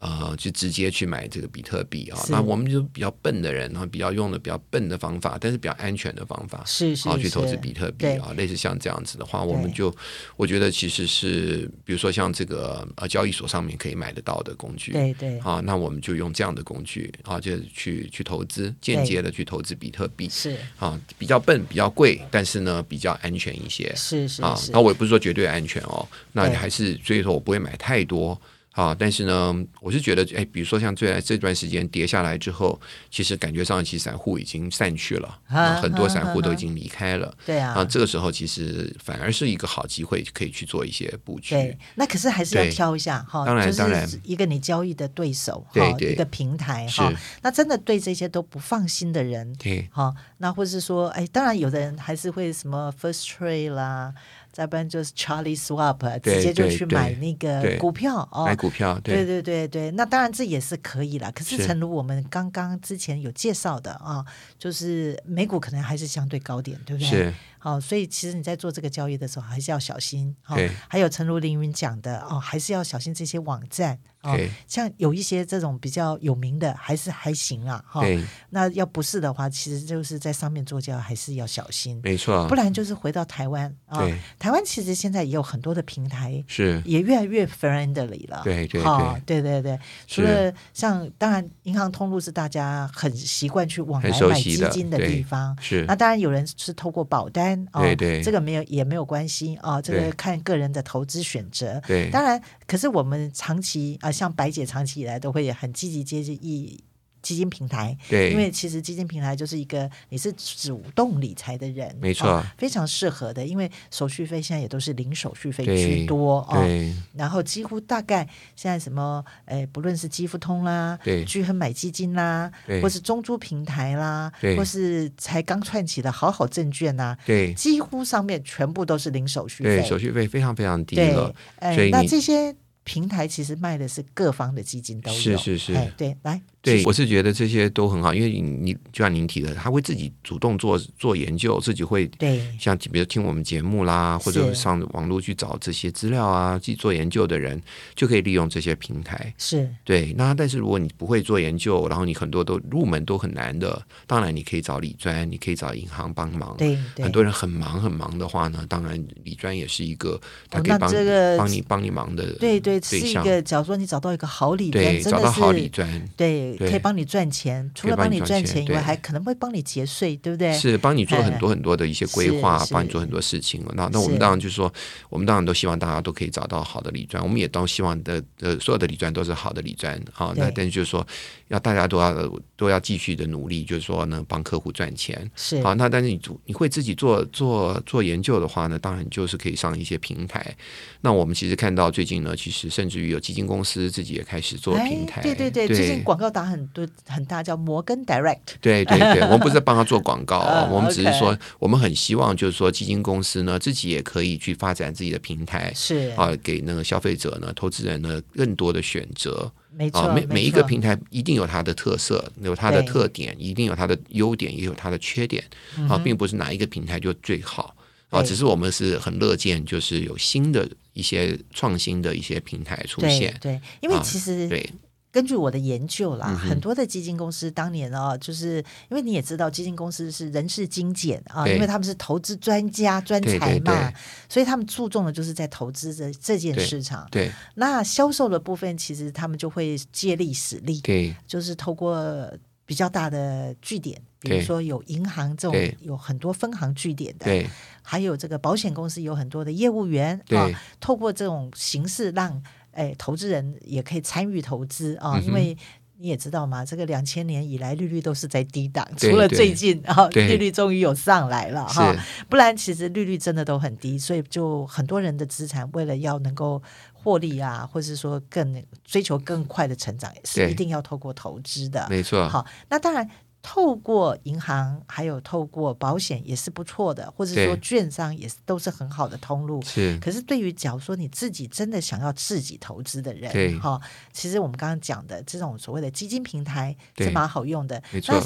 Speaker 2: 呃，就直接去买这个比特币啊。
Speaker 1: 是
Speaker 2: 那我们就比较笨的人，然后比较用的比较笨的方法，但是比较安全的方法，
Speaker 1: 是是
Speaker 2: 啊，去投资
Speaker 1: 是
Speaker 2: 比特币
Speaker 1: 对
Speaker 2: 啊，类似像这样子的话，我
Speaker 1: 对
Speaker 2: 们就我觉得其实是，比如说像这个呃交易所上面可以买得到的工具，
Speaker 1: 对对
Speaker 2: 啊，那我们就用这样的工具啊，就是去去投资，间接的去投资比特币
Speaker 1: 是
Speaker 2: 啊，比较笨，比较贵，但是呢比较安全一些
Speaker 1: 是是
Speaker 2: 啊。
Speaker 1: 是
Speaker 2: 那，我也不是说绝对安全哦，那
Speaker 1: 对
Speaker 2: 还是所以说我不会买太多。啊，但是呢，我是觉得，哎，比如说像最这段时间跌下来之后，其实感觉上其实散户已经散去了，
Speaker 1: 啊
Speaker 2: 啊、很多散户都
Speaker 1: 啊啊
Speaker 2: 已经离开了。
Speaker 1: 对
Speaker 2: 啊，
Speaker 1: 啊。
Speaker 2: 这个时候其实反而是一个好机会，可以去做一些布局。
Speaker 1: 对，那可是还是要
Speaker 2: 对
Speaker 1: 挑一下哈，
Speaker 2: 当然
Speaker 1: 就
Speaker 2: 当然
Speaker 1: 是一个你交易的对手哈
Speaker 2: 对，对
Speaker 1: 一个平台
Speaker 2: 是
Speaker 1: 哈。那真的对这些都不放心的人
Speaker 2: 对
Speaker 1: 哈，那或是说，哎，当然有的人还是会什么 First Trade 啦，再不然就是 Charlie Swap，啊
Speaker 2: 对
Speaker 1: 直接就
Speaker 2: 对
Speaker 1: 去
Speaker 2: 对
Speaker 1: 买那个
Speaker 2: 对
Speaker 1: 股票哦
Speaker 2: 买。股票，
Speaker 1: 对对对对，那当然这也是可以啦。可是，
Speaker 2: 是
Speaker 1: 诚如我们刚刚之前有介绍的啊，就是美股可能还是相对高点，对不对？
Speaker 2: 是
Speaker 1: 好、所以其实你在做这个交易的时候，还是要小心。哦
Speaker 2: 对，
Speaker 1: 还有陈如凌云讲的哦，还是要小心这些网站。哦
Speaker 2: 对，
Speaker 1: 像有一些这种比较有名的，还是还行啊。哈、
Speaker 2: 对，
Speaker 1: 那要不是的话，其实就是在上面做交易还是要小心，
Speaker 2: 没错，
Speaker 1: 不然就是回到台湾啊、
Speaker 2: 对
Speaker 1: 台湾其实现在也有很多的平台。
Speaker 2: 是
Speaker 1: 也越来越 friendly 了，
Speaker 2: 对对
Speaker 1: 哦，对对对，除
Speaker 2: 是
Speaker 1: 了像当然银行通路是大家很习惯去往来
Speaker 2: 很熟
Speaker 1: 买
Speaker 2: 悉
Speaker 1: 基
Speaker 2: 的
Speaker 1: 金的
Speaker 2: 对
Speaker 1: 地方，
Speaker 2: 是
Speaker 1: 那当然有人是透过保单哦，
Speaker 2: 对对
Speaker 1: 这个没有也没有关系哦，这个
Speaker 2: 对
Speaker 1: 看个人的投资选择。
Speaker 2: 对
Speaker 1: 当然，可是我们长期啊、呃像白姐长期以来都会很积极接一基金平台，
Speaker 2: 对，
Speaker 1: 因为其实基金平台就是一个你是主动理财的人，
Speaker 2: 没错
Speaker 1: 哦非常适合的，因为手续费现在也都是零手续费
Speaker 2: 对
Speaker 1: 居多哦。
Speaker 2: 对
Speaker 1: 然后几乎大概现在什么，哎，不论是基富通啦，
Speaker 2: 对
Speaker 1: 聚亨买基金啦，
Speaker 2: 对
Speaker 1: 或是中珠平台啦，
Speaker 2: 对
Speaker 1: 或是才刚串起的好好证券呐、
Speaker 2: 对
Speaker 1: 几乎上面全部都是零手续
Speaker 2: 对，
Speaker 1: 费。
Speaker 2: 手续费非常非常低
Speaker 1: 对
Speaker 2: 了，，
Speaker 1: 哎
Speaker 2: 所以，
Speaker 1: 那
Speaker 2: 你
Speaker 1: 这些平台其实卖的是各方的基金都有，
Speaker 2: 是是是
Speaker 1: 哎，对，来，
Speaker 2: 对，我是觉得这些都很好，因为你你就像您提的，他会自己主动做做研究，自己会
Speaker 1: 对
Speaker 2: 像比如听我们节目啦，或者
Speaker 1: 是
Speaker 2: 上网络去找这些资料啊，去做研究的人就可以利用这些平台。
Speaker 1: 是，
Speaker 2: 对，那但是如果你不会做研究，然后你很多都入门都很难的，当然你可以找理专，你可以找银行帮忙。
Speaker 1: 对对，
Speaker 2: 很多人很忙很忙的话呢，当然理专也是一个，他
Speaker 1: 哦
Speaker 2: 可以
Speaker 1: 那
Speaker 2: 帮、
Speaker 1: 这个
Speaker 2: 帮你帮你忙的
Speaker 1: 对对是
Speaker 2: 对
Speaker 1: 一
Speaker 2: 象，
Speaker 1: 个，假如说你找到一个好理专，
Speaker 2: 对
Speaker 1: 真
Speaker 2: 找
Speaker 1: 的
Speaker 2: 到好
Speaker 1: 是
Speaker 2: 理专。
Speaker 1: 对，
Speaker 2: 对
Speaker 1: 可以帮你赚钱，除
Speaker 2: 可以
Speaker 1: 了
Speaker 2: 帮
Speaker 1: 帮
Speaker 2: 你
Speaker 1: 你
Speaker 2: 赚
Speaker 1: 赚
Speaker 2: 钱
Speaker 1: 钱以外，
Speaker 2: 对
Speaker 1: 还可能会帮你节税，对不对？
Speaker 2: 是帮你做很多很多的一些规划
Speaker 1: 是，是
Speaker 2: 帮你做很多事情了。那那
Speaker 1: 是
Speaker 2: 我们当然就是说，我们当然都希望大家都可以找到好的理专，我们也都希望的呃所有的理专都是好的理专啊。那
Speaker 1: 对
Speaker 2: 但是就是说，要大家都要都要继续的努力，就是说呢，帮客户赚钱。
Speaker 1: 是
Speaker 2: 好，那但是你主你会自己做做做研究的话呢，当然就是可以上一些平台。那我们其实看到最近呢，其实甚至于有基金公司自己也开始做平台，
Speaker 1: 哎，对对对，最近广告打很多很大，叫摩根 Direct，
Speaker 2: 对对对，我们不是在帮他做广告
Speaker 1: 啊
Speaker 2: 哦，我们只是说
Speaker 1: OK，
Speaker 2: 我们很希望就是说基金公司呢自己也可以去发展自己的平台。
Speaker 1: 是
Speaker 2: 啊，给那个消费者呢、投资人呢更多的选择
Speaker 1: 没错，
Speaker 2: 啊，每
Speaker 1: 没
Speaker 2: 每一个
Speaker 1: 错
Speaker 2: 平台一定有它的特色，有它的
Speaker 1: 对
Speaker 2: 特点，一定有它的优点，也有它的缺点
Speaker 1: 嗯
Speaker 2: 啊，并不是哪一个平台就最好啊，
Speaker 1: 对
Speaker 2: 只是我们是很乐见，就是有新的一些创新的一些平台出
Speaker 1: 对
Speaker 2: 现，
Speaker 1: 对，因为
Speaker 2: 啊
Speaker 1: 其实
Speaker 2: 对
Speaker 1: 根据我的研究啦，
Speaker 2: 嗯哼
Speaker 1: 很多的基金公司当年啊，就是因为你也知道，基金公司是人事精简啊，
Speaker 2: 对
Speaker 1: 因为他们是投资专家、专
Speaker 2: 对
Speaker 1: 才
Speaker 2: 对
Speaker 1: 嘛，
Speaker 2: 对
Speaker 1: 所以他们注重的就是在投资这这件市场。
Speaker 2: 对
Speaker 1: 那销售的部分，其实他们就会借力使力，
Speaker 2: 对
Speaker 1: 就是透过比较大的据点，比如
Speaker 2: 对
Speaker 1: 说有银行这种
Speaker 2: 对
Speaker 1: 有很多分行据点的，
Speaker 2: 对
Speaker 1: 还有这个保险公司有很多的业务员啊
Speaker 2: 对，
Speaker 1: 透过这种形式让哎投资人也可以参与投资啊，
Speaker 2: 嗯哼
Speaker 1: 因为。你也知道嘛，这个两千年以来利率都是在低档，除
Speaker 2: 对
Speaker 1: 了
Speaker 2: 对
Speaker 1: 最近啊，
Speaker 2: 对
Speaker 1: 利率终于有上来了哈
Speaker 2: 是，
Speaker 1: 不然其实利率真的都很低，所以就很多人的资产为了要能够获利啊，或是说更追求更快的成长，是
Speaker 2: 对
Speaker 1: 一定要透过投资的。
Speaker 2: 没错，
Speaker 1: 好，那当然透过银行，还有透过保险也是不错的，或者说
Speaker 2: 对
Speaker 1: 券商也是都是很好的通路。
Speaker 2: 是
Speaker 1: 可是对于假如说你自己真的想要自己投资的
Speaker 2: 对
Speaker 1: 人，哈、其实我们刚刚讲的这种所谓的基金平台
Speaker 2: 对
Speaker 1: 是蛮好用的。
Speaker 2: 没错
Speaker 1: 那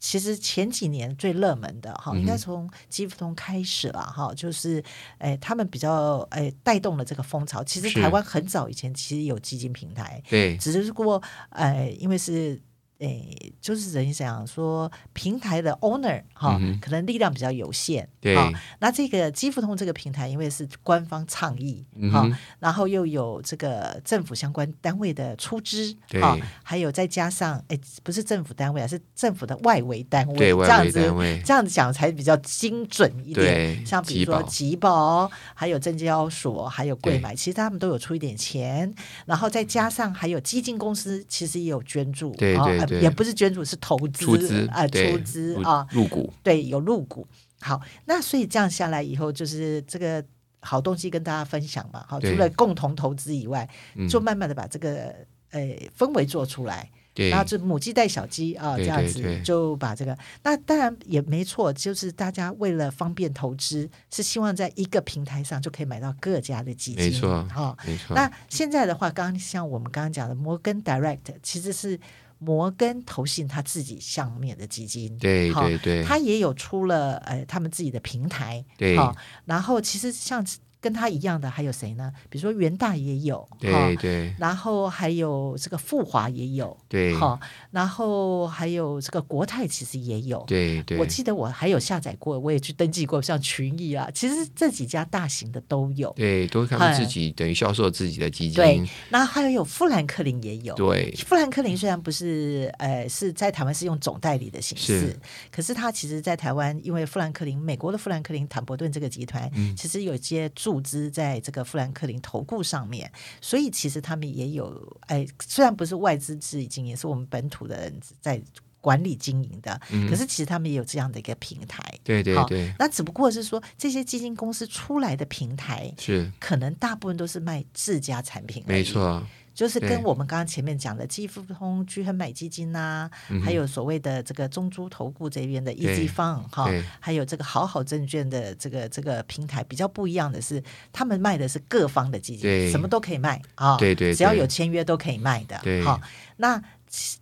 Speaker 1: 其实前几年最热门的哈，
Speaker 2: 嗯哼
Speaker 1: 应该从基富通开始了哈，就是哎他们比较哎带动了这个风潮。其实
Speaker 2: 是
Speaker 1: 台湾很早以前其实有基金平台，
Speaker 2: 对
Speaker 1: 只是过呃，因为是诶、就是人想说平台的 owner 哈、
Speaker 2: 嗯哼
Speaker 1: 可能力量比较有限，
Speaker 2: 对
Speaker 1: 哈那这个基富通这个平台，因为是官方倡议
Speaker 2: 嗯
Speaker 1: 哈、
Speaker 2: 哼
Speaker 1: 然后又有这个政府相关单位的出资
Speaker 2: 对
Speaker 1: 哈，还有再加上诶、不是政府单位啊，是政府的外围单位，
Speaker 2: 对
Speaker 1: 这
Speaker 2: 外
Speaker 1: 样
Speaker 2: 围单
Speaker 1: 子。
Speaker 2: 位
Speaker 1: 这样子讲才比较精准一点，
Speaker 2: 对
Speaker 1: 像比如说吉宝，还有证交所，还有贵买，其实他们都有出一点钱，然后再加上还有基金公司，其实也有捐助，
Speaker 2: 对
Speaker 1: 啊
Speaker 2: 对
Speaker 1: 呃
Speaker 2: 对
Speaker 1: 也不是捐助，是投资，
Speaker 2: 出资
Speaker 1: 啊、
Speaker 2: 对
Speaker 1: 出资
Speaker 2: 入
Speaker 1: 啊，
Speaker 2: 入股
Speaker 1: 对，有入股。好，那所以这样下来以后，就是这个好东西跟大家分享嘛，好，除
Speaker 2: 对
Speaker 1: 了共同投资以外，
Speaker 2: 嗯
Speaker 1: 就慢慢的把这个呃氛围做出来，
Speaker 2: 对
Speaker 1: 然后就母鸡带小鸡啊，这
Speaker 2: 对
Speaker 1: 样
Speaker 2: 对
Speaker 1: 子
Speaker 2: 对
Speaker 1: 就把这个。那当然也没错，就是大家为了方便投资，是希望在一个平台上就可以买到各家的基金，
Speaker 2: 没错嗯
Speaker 1: 哈、
Speaker 2: 没错
Speaker 1: 那现在的话，刚刚像我们刚刚讲的摩根 Direct，其实是摩根投信他自己上面的基金，
Speaker 2: 对
Speaker 1: 哈
Speaker 2: 对对
Speaker 1: 他也有出了呃他们自己的平台，
Speaker 2: 对
Speaker 1: 哈然后其实像跟他一样的还有谁呢？比如说元大也有，哈
Speaker 2: 对对
Speaker 1: 然后还有这个富华也有，
Speaker 2: 对
Speaker 1: 哈，然后还有这个国泰其实也有。
Speaker 2: 对对
Speaker 1: 我记得我还有下载过，我也去登记过，像群益啊，其实这几家大型的都有。
Speaker 2: 对，都是他
Speaker 1: 哎
Speaker 2: 们自己等于销售自己的基
Speaker 1: 对
Speaker 2: 金，，
Speaker 1: 然后还有富兰克林也有。
Speaker 2: 对
Speaker 1: 富兰克林虽然不是呃是在台湾是用总代理的形式
Speaker 2: 是，
Speaker 1: 可是它其实在台湾，因为富兰克林美国的富兰克林坦博顿这个集团，
Speaker 2: 嗯
Speaker 1: 其实有一些注资在这个富兰克林投顾上面，所以其实他们也有哎、虽然不是外资自己经营，是我们本土的人在。管理经营的，
Speaker 2: 嗯
Speaker 1: 可是其实他们也有这样的一个平台，
Speaker 2: 对对
Speaker 1: 好
Speaker 2: 对，
Speaker 1: 那只不过是说这些基金公司出来的平台，
Speaker 2: 是
Speaker 1: 可能大部分都是卖自家产品，
Speaker 2: 没，错，
Speaker 1: 就是跟
Speaker 2: 对
Speaker 1: 我们刚刚前面讲的基富通、居恒买基金呐、还有所谓的这个中珠投顾这边的
Speaker 2: 嗯
Speaker 1: Easy
Speaker 2: 对
Speaker 1: Fund 哈
Speaker 2: 对，
Speaker 1: 还有这个好好证券的这个这个平台比较不一样的是，他们卖的是各方的基金，
Speaker 2: 对
Speaker 1: 什么都可以卖啊，
Speaker 2: 对对
Speaker 1: 只要
Speaker 2: 对
Speaker 1: 有签约都可以卖的，
Speaker 2: 对
Speaker 1: 哈。那其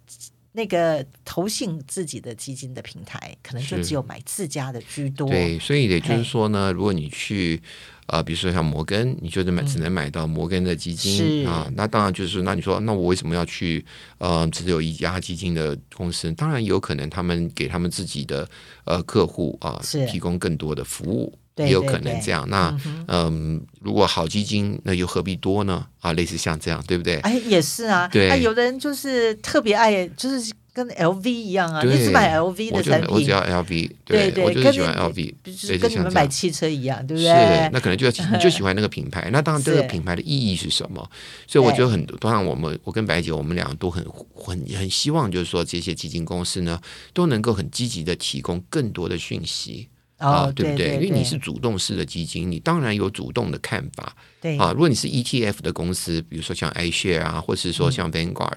Speaker 1: 那个投信自己的基金的平台，可能就是只有买自家的居多，
Speaker 2: 对，所以也就
Speaker 1: 嘿
Speaker 2: 是说呢，如果你去呃，比如说像摩根，你就是买只能买到摩根的基金
Speaker 1: 嗯是
Speaker 2: 啊。那当然就是，那你说，那我为什么要去呃，只有一家基金的公司？当然有可能他们给他们自己的呃客户啊
Speaker 1: 是，
Speaker 2: 提供更多的服务。
Speaker 1: 对
Speaker 2: 也有
Speaker 1: 对
Speaker 2: 可能
Speaker 1: 对
Speaker 2: 这样，那嗯、如果好基金，那又何必多呢？啊，类似像这样，对不对？
Speaker 1: 哎，也是啊，
Speaker 2: 对
Speaker 1: 哎有的人就是特别爱，就是跟 LV 一样啊，
Speaker 2: 对
Speaker 1: 你只买 LV
Speaker 2: 我
Speaker 1: 的
Speaker 2: 就
Speaker 1: 产
Speaker 2: 我只
Speaker 1: 品，
Speaker 2: 要 LV，
Speaker 1: 对对
Speaker 2: 我就是
Speaker 1: 跟
Speaker 2: 喜欢
Speaker 1: 你
Speaker 2: LV，
Speaker 1: 就是
Speaker 2: 类似
Speaker 1: 跟你
Speaker 2: 像
Speaker 1: 们
Speaker 2: 这
Speaker 1: 买
Speaker 2: 样
Speaker 1: 汽车一样，对不
Speaker 2: 是
Speaker 1: 对，？
Speaker 2: 那可 能就要你就喜欢那个品牌。那当然，这个
Speaker 1: 是
Speaker 2: 品牌的意义是什么？所以我
Speaker 1: 对
Speaker 2: 觉得很多，当然我们我跟白姐，我们俩都很很很希望，就是说这些基金公司呢，都能够很积极的提供更多的讯息啊，
Speaker 1: 哦，
Speaker 2: 对不
Speaker 1: 对？
Speaker 2: 因为你是主动式的基金，你当然有主动的看法
Speaker 1: 对
Speaker 2: 啊。如果你是 ETF 的公司，比如说像 iShare 啊，或是说
Speaker 1: 嗯
Speaker 2: 像 Vanguard，、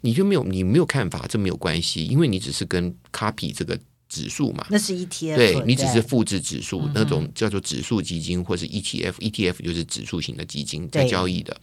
Speaker 2: 你就没有你没有看法，这没有关系，因为你只是跟 copy 这个指数嘛。
Speaker 1: 那是 E ETF，
Speaker 2: 对你只是复制指
Speaker 1: 嗯
Speaker 2: 数、那种叫做指数基金或是 E ETF，ETF 就是指数型的基金在
Speaker 1: 对
Speaker 2: 交易的。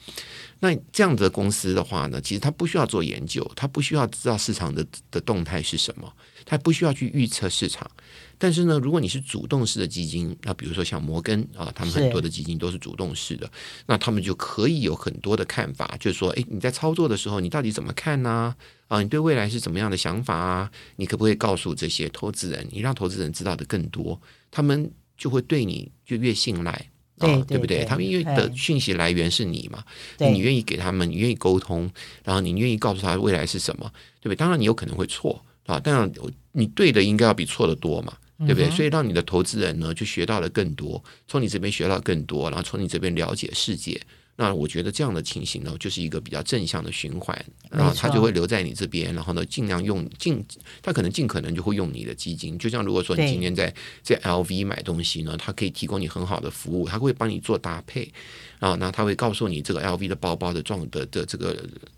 Speaker 2: 那这样的公司的话呢，其实它不需要做研究，它不需要知道市场的的动态是什么，它不需要去预测市场。但是呢，如果你是主动式的基金，那比如说像摩根啊，他们很
Speaker 1: 是
Speaker 2: 多的基金都是主动式的，那他们就可以有很多的看法，就是说，诶，你在操作的时候，你到底怎么看呢、啊？你对未来是怎么样的想法啊？你可不可以告诉这些投资人，你让投资人知道的更多，他们就会对你就越信赖。啊
Speaker 1: 对，
Speaker 2: 不对？
Speaker 1: 对对
Speaker 2: 他们因为
Speaker 1: 哎
Speaker 2: 的讯息来源是你嘛，
Speaker 1: 对
Speaker 2: 你愿意给他们，你愿意沟通，然后你愿意告诉他未来是什么，对不对？当然你有可能会错啊，当然你对的应该要比错的多嘛，对不对？
Speaker 1: 嗯
Speaker 2: 所以让你的投资人呢就学到了更多，从你这边学到更多，然后从你这边了解世界。那我觉得这样的情形呢，就是一个比较正向的循环，
Speaker 1: 没
Speaker 2: 然后他
Speaker 1: 错
Speaker 2: 就会留在你这边，然后呢，尽量用尽，他可能尽可能就会用你的基金。就像如果说你
Speaker 1: 对
Speaker 2: 今天在在 LV 买东西呢，它可以提供你很好的服务，它会帮你做搭配，啊，那他会告诉你这个 LV 的包包的状的的这个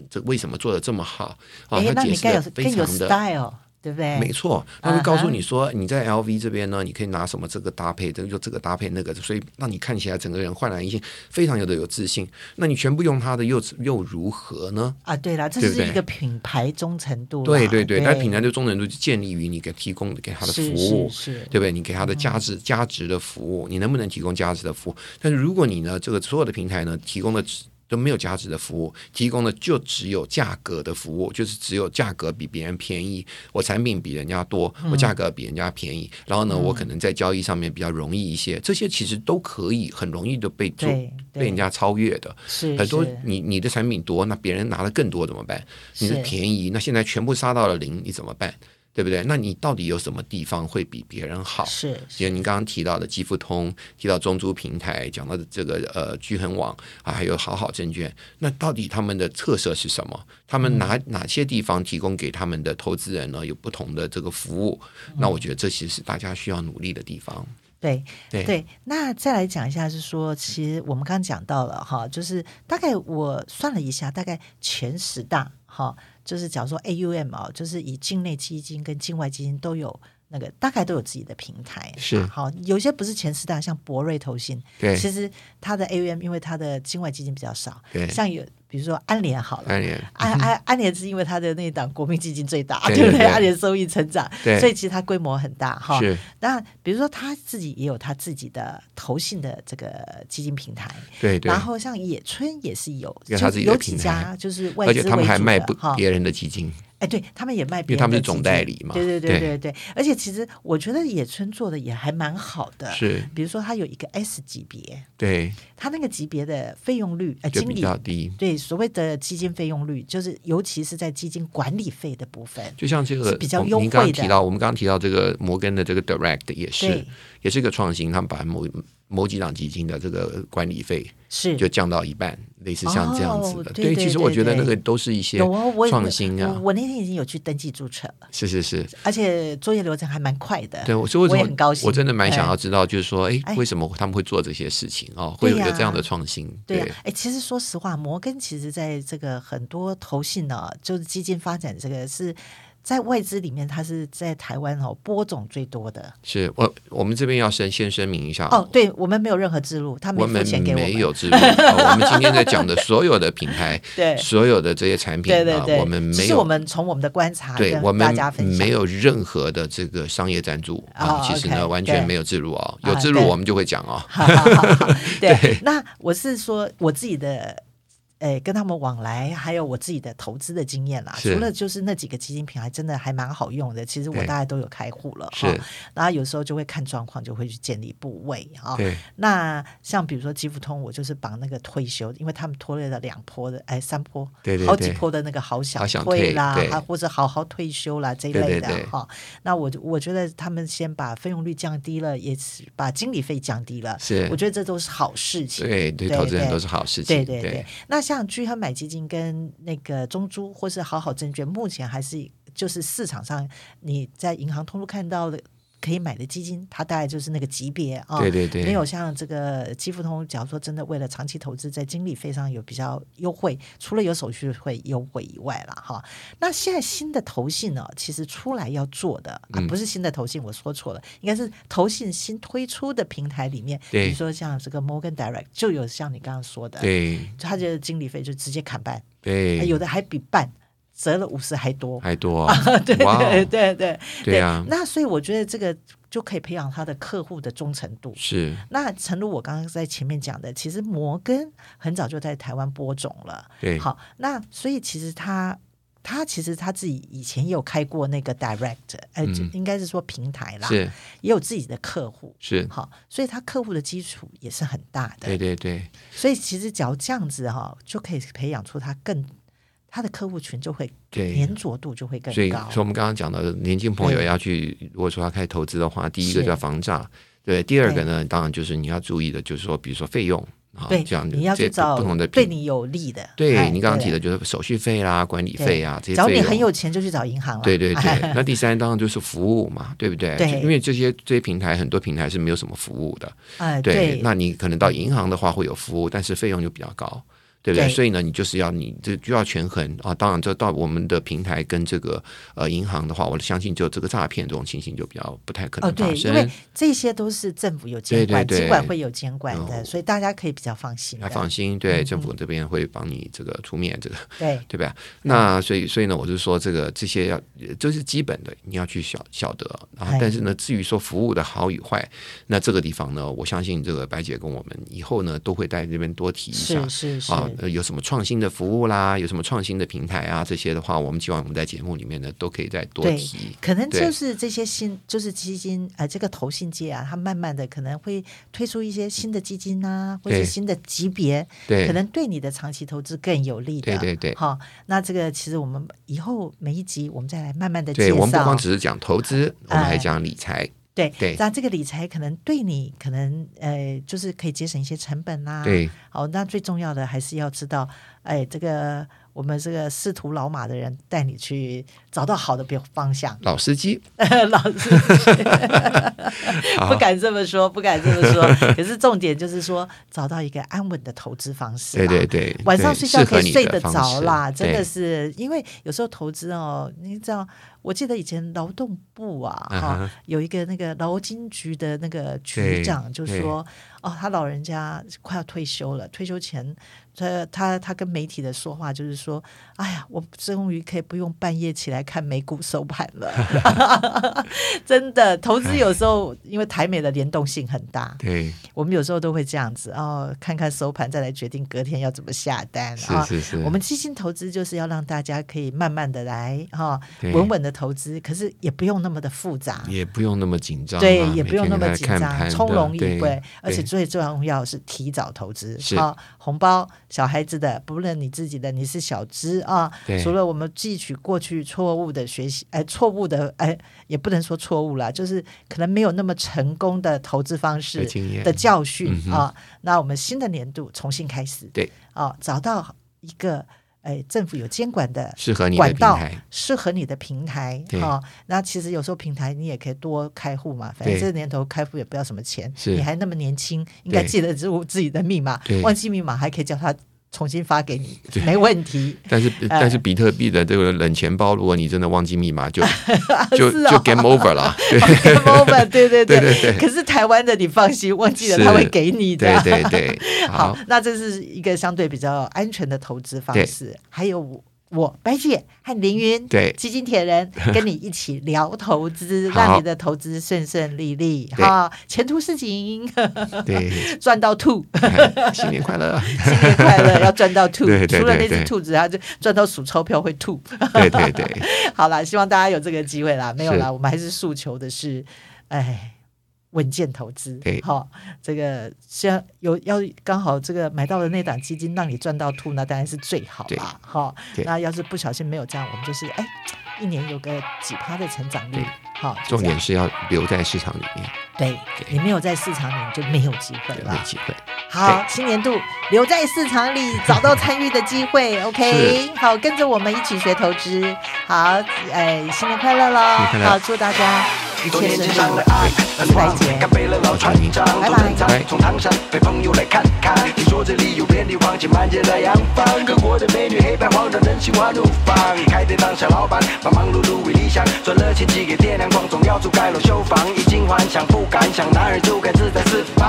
Speaker 2: 这为什么做的这么好啊，
Speaker 1: 哎，那
Speaker 2: 他解
Speaker 1: 你
Speaker 2: 释
Speaker 1: 更有
Speaker 2: 的非
Speaker 1: 更有
Speaker 2: 常的
Speaker 1: style，嗯对不对？
Speaker 2: 没错，他会告诉你说，你在 LV 这边呢，你可以拿什么这个搭配，这个就这个搭配那个，所以让你看起来整个人焕然一新，非常有的有自信。那你全部用它的又又如何呢？
Speaker 1: 啊，对了，这
Speaker 2: 对不
Speaker 1: 是
Speaker 2: 对
Speaker 1: 一个品牌忠诚度啦。
Speaker 2: 对对对，
Speaker 1: 对，
Speaker 2: 但品牌的忠诚度就建立于你给提供给他的服
Speaker 1: 是
Speaker 2: 务
Speaker 1: 是。是，
Speaker 2: 对不对？你给他的
Speaker 1: 嗯
Speaker 2: 价值、价值的服务，你能不能提供价值的服务？但是如果你呢，这个所有的平台呢，提供的只都没有价值的服务，提供的就只有价格的服务，就是只有价格比别人便宜，我产品比人家多，
Speaker 1: 嗯
Speaker 2: 我价格比人家便宜，然后呢，我可能在交易上面比较容易一些，这些其实都可以很容易的被做
Speaker 1: 对
Speaker 2: 被人家超越的。
Speaker 1: 是
Speaker 2: 很多
Speaker 1: 是
Speaker 2: 你你的产品多，那别人拿的更多怎么办？你的
Speaker 1: 是
Speaker 2: 便宜，那现在全部杀到了零，你怎么办？对不对？那你到底有什么地方会比别人好？
Speaker 1: 是是
Speaker 2: 就您刚刚提到的积富通，提到中租平台，讲到的这个呃聚恒网啊，还有好好证券，那到底他们的特色是什么？他
Speaker 1: 嗯
Speaker 2: 们哪、哪些地方提供给他们的投资人呢？有不同的这个服务？
Speaker 1: 嗯
Speaker 2: 那我觉得这其实是大家需要努力的地方。
Speaker 1: 对
Speaker 2: 对
Speaker 1: 对，那再来讲一下，是说，其实我们刚刚讲到了哈，就是大概我算了一下，大概前十大哈，就是假如说 AUM 啊，就是以境内基金跟境外基金都有那个，大概都有自己的平台。
Speaker 2: 是
Speaker 1: 啊好，有些不是前十大，像博瑞投信，
Speaker 2: 对
Speaker 1: 其实它的 AUM 因为它的境外基金比较少，
Speaker 2: 对
Speaker 1: 像有比如说安联好了，
Speaker 2: 当然，
Speaker 1: 安安安联是因为它的那档国民基金最大，
Speaker 2: 对
Speaker 1: 对不
Speaker 2: 对
Speaker 1: 对？
Speaker 2: 对
Speaker 1: 安联收益成长，
Speaker 2: 对
Speaker 1: 所以其实它规模很大哈。
Speaker 2: 是
Speaker 1: 那比如说他自己也有他自己的投信的这个基金平台，
Speaker 2: 对对
Speaker 1: 然，后像野村也是有，
Speaker 2: 有他
Speaker 1: 就
Speaker 2: 自己的
Speaker 1: 有几
Speaker 2: 平
Speaker 1: 家
Speaker 2: 台
Speaker 1: 就是外
Speaker 2: 而
Speaker 1: 资
Speaker 2: 且
Speaker 1: 为主
Speaker 2: 他们还卖
Speaker 1: 的
Speaker 2: 不
Speaker 1: 哈
Speaker 2: 别人的基金。
Speaker 1: 哎，对他们也卖别
Speaker 2: 因为
Speaker 1: 人的基金，
Speaker 2: 他们是总代理嘛
Speaker 1: 对对对对
Speaker 2: 对
Speaker 1: 对。而且其实我觉得野村做的也还蛮好的，
Speaker 2: 是
Speaker 1: 比如说他有一个 S 级别，
Speaker 2: 对，
Speaker 1: 他那个级别的费用率，呃，
Speaker 2: 就
Speaker 1: 经
Speaker 2: 比
Speaker 1: 理
Speaker 2: 较低。
Speaker 1: 对所谓的基金费用率，就是尤其是在基金管理费的部分，
Speaker 2: 就像这
Speaker 1: 是
Speaker 2: 个
Speaker 1: 比较
Speaker 2: 我们
Speaker 1: 优
Speaker 2: 您刚
Speaker 1: 惠
Speaker 2: 刚
Speaker 1: 的
Speaker 2: 提到，我们刚刚提到这个摩根的这个 Direct 也是
Speaker 1: 对，
Speaker 2: 也是一个创新，他们把某某几档基金的这个管理费
Speaker 1: 是
Speaker 2: 就降到一半，类似像这样子
Speaker 1: 嗯哦
Speaker 2: 的。
Speaker 1: 对对
Speaker 2: 其实我
Speaker 1: 对
Speaker 2: 觉得那
Speaker 1: 对
Speaker 2: 个都是一些
Speaker 1: 有啊，我
Speaker 2: 创新
Speaker 1: 我
Speaker 2: 啊，
Speaker 1: 我那天已经有去登记注册了，
Speaker 2: 是是是。
Speaker 1: 而且作业流程还蛮快的。
Speaker 2: 对，我所以
Speaker 1: 哎我
Speaker 2: 为
Speaker 1: 也
Speaker 2: 什
Speaker 1: 很
Speaker 2: 么
Speaker 1: 高兴，
Speaker 2: 我真的蛮想要
Speaker 1: 哎。
Speaker 2: 知道，就是说，哎
Speaker 1: 哎，
Speaker 2: 为什么他们会做这些事情哦？会有
Speaker 1: 对
Speaker 2: 有这样
Speaker 1: 呀
Speaker 2: 的创新？
Speaker 1: 对呀、
Speaker 2: 对
Speaker 1: 啊，哎，其实说实话，摩根其实在这个很多投信呢、就是基金发展这个是在外资里面，它是在台湾哦播种最多的。
Speaker 2: 是我我们这边要先先声明一下
Speaker 1: 哦，对，我们没有任何植入，他没
Speaker 2: 啊我
Speaker 1: 付
Speaker 2: 们
Speaker 1: 钱给我们。，
Speaker 2: 没有植入、哦我们今天在讲的所有的品牌
Speaker 1: 对
Speaker 2: 所有的这些产品
Speaker 1: 对对
Speaker 2: 啊，
Speaker 1: 对，
Speaker 2: 我们
Speaker 1: 只
Speaker 2: 没
Speaker 1: 是
Speaker 2: 有
Speaker 1: 我们从我们的观察
Speaker 2: 对
Speaker 1: 跟
Speaker 2: 我
Speaker 1: 大
Speaker 2: 们
Speaker 1: 家分享，
Speaker 2: 没有任何的这个商业赞助
Speaker 1: 哦
Speaker 2: 啊，其实
Speaker 1: OK，
Speaker 2: 呢完全
Speaker 1: 对
Speaker 2: 没有置入哦，
Speaker 1: 啊
Speaker 2: 有置入
Speaker 1: 对
Speaker 2: 我们就会讲哦。
Speaker 1: 好好好好，对，那我是说我自己的。诶，跟他们往来，还有我自己的投资的经验啦。除
Speaker 2: 是
Speaker 1: 了就是那几个基金品牌真的还蛮好用的，其实我
Speaker 2: 对
Speaker 1: 大概都有开户了哈
Speaker 2: 是。
Speaker 1: 然后有时候就会看状况，就会去建立部位啊。
Speaker 2: 对
Speaker 1: 那像比如说吉福通，我就是绑那个退休，因为他们拖累了两波的，哎，三波，
Speaker 2: 对对
Speaker 1: 好几
Speaker 2: 对
Speaker 1: 波的那个好想
Speaker 2: 好想退
Speaker 1: 啦，
Speaker 2: 对
Speaker 1: 啊或者好好退休啦这一
Speaker 2: 对
Speaker 1: 类
Speaker 2: 对
Speaker 1: 的
Speaker 2: 对
Speaker 1: 哈、那我就我觉得他们先把费用率降低了，也是把经理费降低了，
Speaker 2: 是
Speaker 1: 我觉得这都是好事情。
Speaker 2: 对对，
Speaker 1: 对
Speaker 2: 投资人
Speaker 1: 对
Speaker 2: 都是好事
Speaker 1: 对
Speaker 2: 情。
Speaker 1: 对对，那像聚亨买基金跟那个中珠或是好好证券，目前还是就是市场上你在银行通路看到的可以买的基金，它大概就是那个级别啊。
Speaker 2: 对对对
Speaker 1: 没有像这个基富通，假如说真的为了长期投资，在经理费上有比较优惠，除了有手续费优惠以外啦，哈。那现在新的投信呢、其实出来要做的啊，
Speaker 2: 嗯
Speaker 1: 不是新的投信，我说错了，应该是投信新推出的平台里面，比
Speaker 2: 对
Speaker 1: 如说像这个 Morgan Direct 就有像你刚刚说的，
Speaker 2: 对
Speaker 1: 他的经理费就直接砍半，
Speaker 2: 对，
Speaker 1: 有的还比半折了五十还多。
Speaker 2: 还多哦
Speaker 1: 对
Speaker 2: 哇哦
Speaker 1: 对对对
Speaker 2: 对啊
Speaker 1: 那所以我觉得这个就可以培养他的客户的忠诚度。
Speaker 2: 是
Speaker 1: 那诚如我刚刚在前面讲的，其实摩根很早就在台湾播种了。
Speaker 2: 对
Speaker 1: 好，那所以其实他他其实他自己以前也有开过那个 direct，呃，就应该是说平台啦，
Speaker 2: 嗯是
Speaker 1: 也有自己的客户。
Speaker 2: 是，
Speaker 1: 好，所以他客户的基础也是很大的
Speaker 2: 对。对对
Speaker 1: 所以其实只要这样子哈、就可以培养出他更他的客户群就会
Speaker 2: 对。
Speaker 1: 粘着度就会更
Speaker 2: 所以，
Speaker 1: 高
Speaker 2: 所以。我们刚刚讲的，年轻朋友
Speaker 1: 对
Speaker 2: 要去，如果说他开始投资的话，第一个
Speaker 1: 是
Speaker 2: 叫防诈，对，第二
Speaker 1: 对
Speaker 2: 个呢，当然就是你要注意的，就是说，比如说费用啊，
Speaker 1: 对
Speaker 2: 这样，
Speaker 1: 你要
Speaker 2: 这
Speaker 1: 去找
Speaker 2: 不同的
Speaker 1: 对
Speaker 2: 品
Speaker 1: 你有利的。哎
Speaker 2: 对你刚刚提的，就是手续费啦、管理
Speaker 1: 对
Speaker 2: 费啊这些
Speaker 1: 对假如
Speaker 2: 费
Speaker 1: 你很
Speaker 2: 用。
Speaker 1: 有钱，就去找银行了。
Speaker 2: 对 对
Speaker 1: 哎
Speaker 2: 对，那第三当然就是服务嘛，对不对？
Speaker 1: 对
Speaker 2: 就因为这些这些平台很多平台是没有什么服务的，
Speaker 1: 哎，
Speaker 2: 那你可能到银行的话会有服务，但是费用就比较高。对不对？
Speaker 1: 对
Speaker 2: 所以呢，你就是要你这就要权衡啊。当然，这到我们的平台跟这个呃银行的话，我相信就这个诈骗这种情形就比较不太可
Speaker 1: 哦，
Speaker 2: 能发
Speaker 1: 对，因
Speaker 2: 生。
Speaker 1: 为这些都是政府有监管，
Speaker 2: 对对对
Speaker 1: 尽管会有监管的，
Speaker 2: 嗯
Speaker 1: 所以大家可以比较放心
Speaker 2: 要
Speaker 1: 的。
Speaker 2: 放心，
Speaker 1: 嗯
Speaker 2: 对政府这边会帮你这个出面，这个
Speaker 1: 对，
Speaker 2: 对吧？那所以所以呢，我就说这个这些要这是基本的，你要去晓晓得啊
Speaker 1: 哎。
Speaker 2: 但是呢，至于说服务的好与坏，那这个地方呢，我相信这个白姐跟我们以后呢都会在这边多提一下
Speaker 1: 是是是，
Speaker 2: 嗯啊、呃有什么创新的服务啦，有什么创新的平台啊，这些的话，我们希望我们在节目里面呢都可以再多
Speaker 1: 对
Speaker 2: 提。
Speaker 1: 可能
Speaker 2: 对
Speaker 1: 就是这些新，就是基金，呃，这个投信界啊，它慢慢的可能会推出一些新的基金啊，或是
Speaker 2: 对
Speaker 1: 新的级别，
Speaker 2: 对，
Speaker 1: 可能对你的长期投资更有利的。
Speaker 2: 对对对
Speaker 1: 好，那这个其实我们以后每一集我们再来慢慢的介
Speaker 2: 对
Speaker 1: 绍。
Speaker 2: 我们不光只是讲投资，我们
Speaker 1: 哎
Speaker 2: 还讲理财。
Speaker 1: 对
Speaker 2: 对
Speaker 1: 那这个理财可能对你可能呃，就是可以节省一些成本啊啦、
Speaker 2: 对，
Speaker 1: 好，那最重要的还是要知道，哎，这个我们这个仕途老马的人带你去找到好的方方向。
Speaker 2: 老司机，
Speaker 1: 老师 不敢这么说，不敢这么说。 可是重点就是说，找到一个安稳的投资方式啊啦。
Speaker 2: 对对对，
Speaker 1: 晚上
Speaker 2: 对
Speaker 1: 睡觉
Speaker 2: 适合
Speaker 1: 可以
Speaker 2: 你
Speaker 1: 睡
Speaker 2: 的
Speaker 1: 得
Speaker 2: 方
Speaker 1: 着
Speaker 2: 式
Speaker 1: 啦，真的
Speaker 2: 对
Speaker 1: 是因为有时候投资哦，你知道，我记得以前劳动部啊，哈、
Speaker 2: 嗯哼
Speaker 1: 有一个那个劳金局的那个局
Speaker 2: 对
Speaker 1: 长就
Speaker 2: 对
Speaker 1: 说，哦，他老人家快要退休了，退休前，他他他跟媒体的说话就是说，哎呀，我终于可以不用半夜起来看美股收盘 了，真的，投资有时候因为台美的联动性很大，
Speaker 2: 对，
Speaker 1: 我们有时候都会这样子哦，看看收盘再来决定隔天要怎么下单
Speaker 2: 是
Speaker 1: 啊。
Speaker 2: 是是，
Speaker 1: 我们基金投资就是要让大家可以慢慢的来哈、
Speaker 2: 对
Speaker 1: 稳稳的投资，可是也不用那么的复杂，
Speaker 2: 也不用那么紧张嘛，啊
Speaker 1: 对，也
Speaker 2: 每
Speaker 1: 不用
Speaker 2: 天
Speaker 1: 那
Speaker 2: 在
Speaker 1: 么
Speaker 2: 那
Speaker 1: 紧
Speaker 2: 看
Speaker 1: 张，
Speaker 2: 盘
Speaker 1: 从
Speaker 2: 的
Speaker 1: 容以
Speaker 2: 对
Speaker 1: 对，而且
Speaker 2: 对
Speaker 1: 最重要是提早投资
Speaker 2: 是
Speaker 1: 啊，红包、小孩子的，不论你自己的，你是小资啊，
Speaker 2: 对
Speaker 1: 除了我们汲取过去错误的学习，哎，错误的哎，也不能说错误啦，就是可能没有那么成功的投资方式
Speaker 2: 的经验
Speaker 1: 的教训
Speaker 2: 嗯哼
Speaker 1: 啊，那我们新的年度重新开始，
Speaker 2: 对
Speaker 1: 啊，找到一个哎政府有监管的
Speaker 2: 适合你的
Speaker 1: 管
Speaker 2: 平
Speaker 1: 道
Speaker 2: 台，
Speaker 1: 适合你的平台
Speaker 2: 对
Speaker 1: 哦。那其实有时候平台你也可以多开户嘛，反正
Speaker 2: 对
Speaker 1: 这年头开户也不要什么钱，
Speaker 2: 是
Speaker 1: 你还那么年轻，应该
Speaker 2: 对
Speaker 1: 记得住自己的密码
Speaker 2: 对，
Speaker 1: 忘记密码还可以叫他重新发 给你，没问题。
Speaker 2: 但 是但是比特币的这个冷钱包，如果你真的忘记密 码，就就是
Speaker 1: 哦
Speaker 2: 就 game over 了，对
Speaker 1: Game over，对对
Speaker 2: 对
Speaker 1: 对
Speaker 2: 对对
Speaker 1: 可是台湾的你放心，忘记了
Speaker 2: 是
Speaker 1: 他会给你的。
Speaker 2: 对对 对，
Speaker 1: 好
Speaker 2: 好，，
Speaker 1: 那这是一个相对比较安全的投资方式。还有我。我白姐和凌云，
Speaker 2: 对
Speaker 1: 基金 铁人，跟你一起聊投资，
Speaker 2: 好
Speaker 1: 让你的投资顺顺利利
Speaker 2: 对
Speaker 1: 哈，前途似锦，
Speaker 2: 对，
Speaker 1: 赚到吐，
Speaker 2: 新年快乐，
Speaker 1: 新年快乐，要赚到吐。
Speaker 2: 对对对
Speaker 1: 除了那只
Speaker 2: 对
Speaker 1: 兔子，它就赚到数钞票会吐。
Speaker 2: 对对对，
Speaker 1: 好啦，希望大家有这个机会啦。没有啦，
Speaker 2: 是
Speaker 1: 我们还是诉求的是，哎，稳健投资
Speaker 2: 对。
Speaker 1: 好、这个像有要刚好这个买到的那档基金让你赚到吐，那当然是最好啦。好、
Speaker 2: 对
Speaker 1: 那要是不小心没有这样，我们就是哎，一年有个几趴的成长率
Speaker 2: 对。
Speaker 1: 好，就
Speaker 2: 重
Speaker 1: 这样
Speaker 2: 点是要留在市场里 面，
Speaker 1: 对，
Speaker 2: 对
Speaker 1: 你没有在市场里你就没有机会
Speaker 2: 有没有
Speaker 1: 了。
Speaker 2: 机会？
Speaker 1: 好，新年度留在市场里，找到参与的机 会。OK，好，跟着我们一起学投资。好，哎，新年快乐喽！
Speaker 2: 新年快乐
Speaker 1: 好，祝大家一
Speaker 3: 多
Speaker 1: 切
Speaker 3: 年
Speaker 1: 顺
Speaker 3: 情长
Speaker 1: 利
Speaker 3: 的。爱，
Speaker 1: 我是白
Speaker 3: 难忘
Speaker 1: 洁
Speaker 3: 干。杯了老船长，
Speaker 1: 拜
Speaker 3: 走
Speaker 1: 拜
Speaker 3: 正
Speaker 2: 拜
Speaker 3: 常，从唐山陪朋友来看看。听说这里有遍地黄金，满街的洋房，各国的美女黑白黄的人心花怒放。开店当小老板，忙忙碌碌为理想，赚了钱寄给爹娘，光宗耀祖盖楼修房，衣锦还乡不敢想，男儿就该自在四方。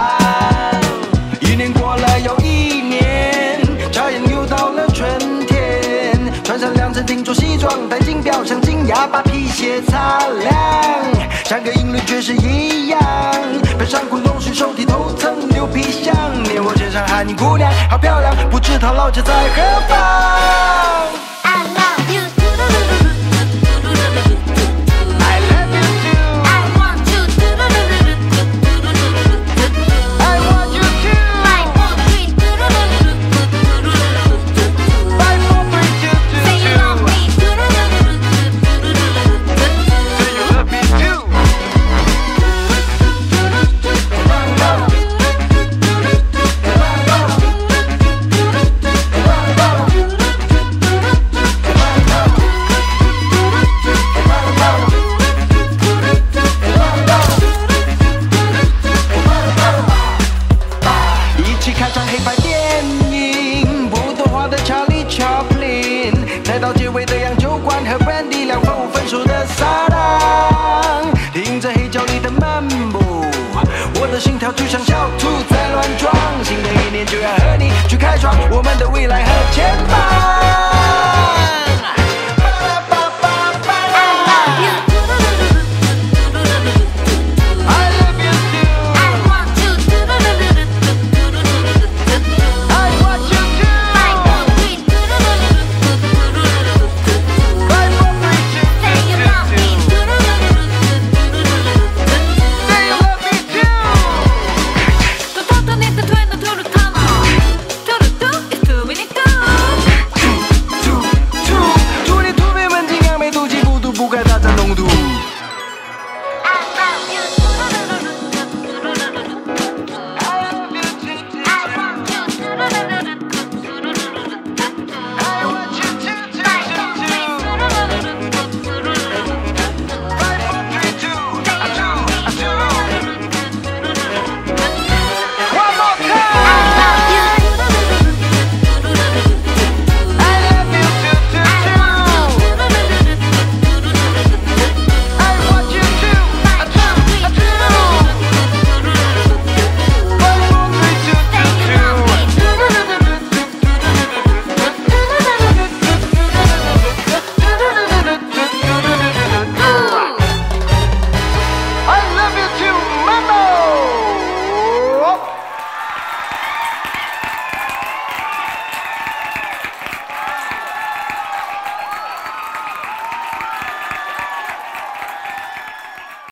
Speaker 3: 一年过了又一年，眨眼又到了春天，穿上凉衬，顶住西装，戴金表，镶金牙，把皮鞋擦亮。像个英伦爵士一样，背上古龙水手剃头层牛皮箱，你我肩上喊你姑娘好漂亮，不知她老家在何方。
Speaker 4: I love you. I
Speaker 3: I love you too,
Speaker 4: want you.
Speaker 3: I want you too,
Speaker 4: Five, four, three.
Speaker 3: five four three two two
Speaker 4: Say you love
Speaker 3: two.
Speaker 4: me.
Speaker 3: Do you love me too? 创我们的未来和前方。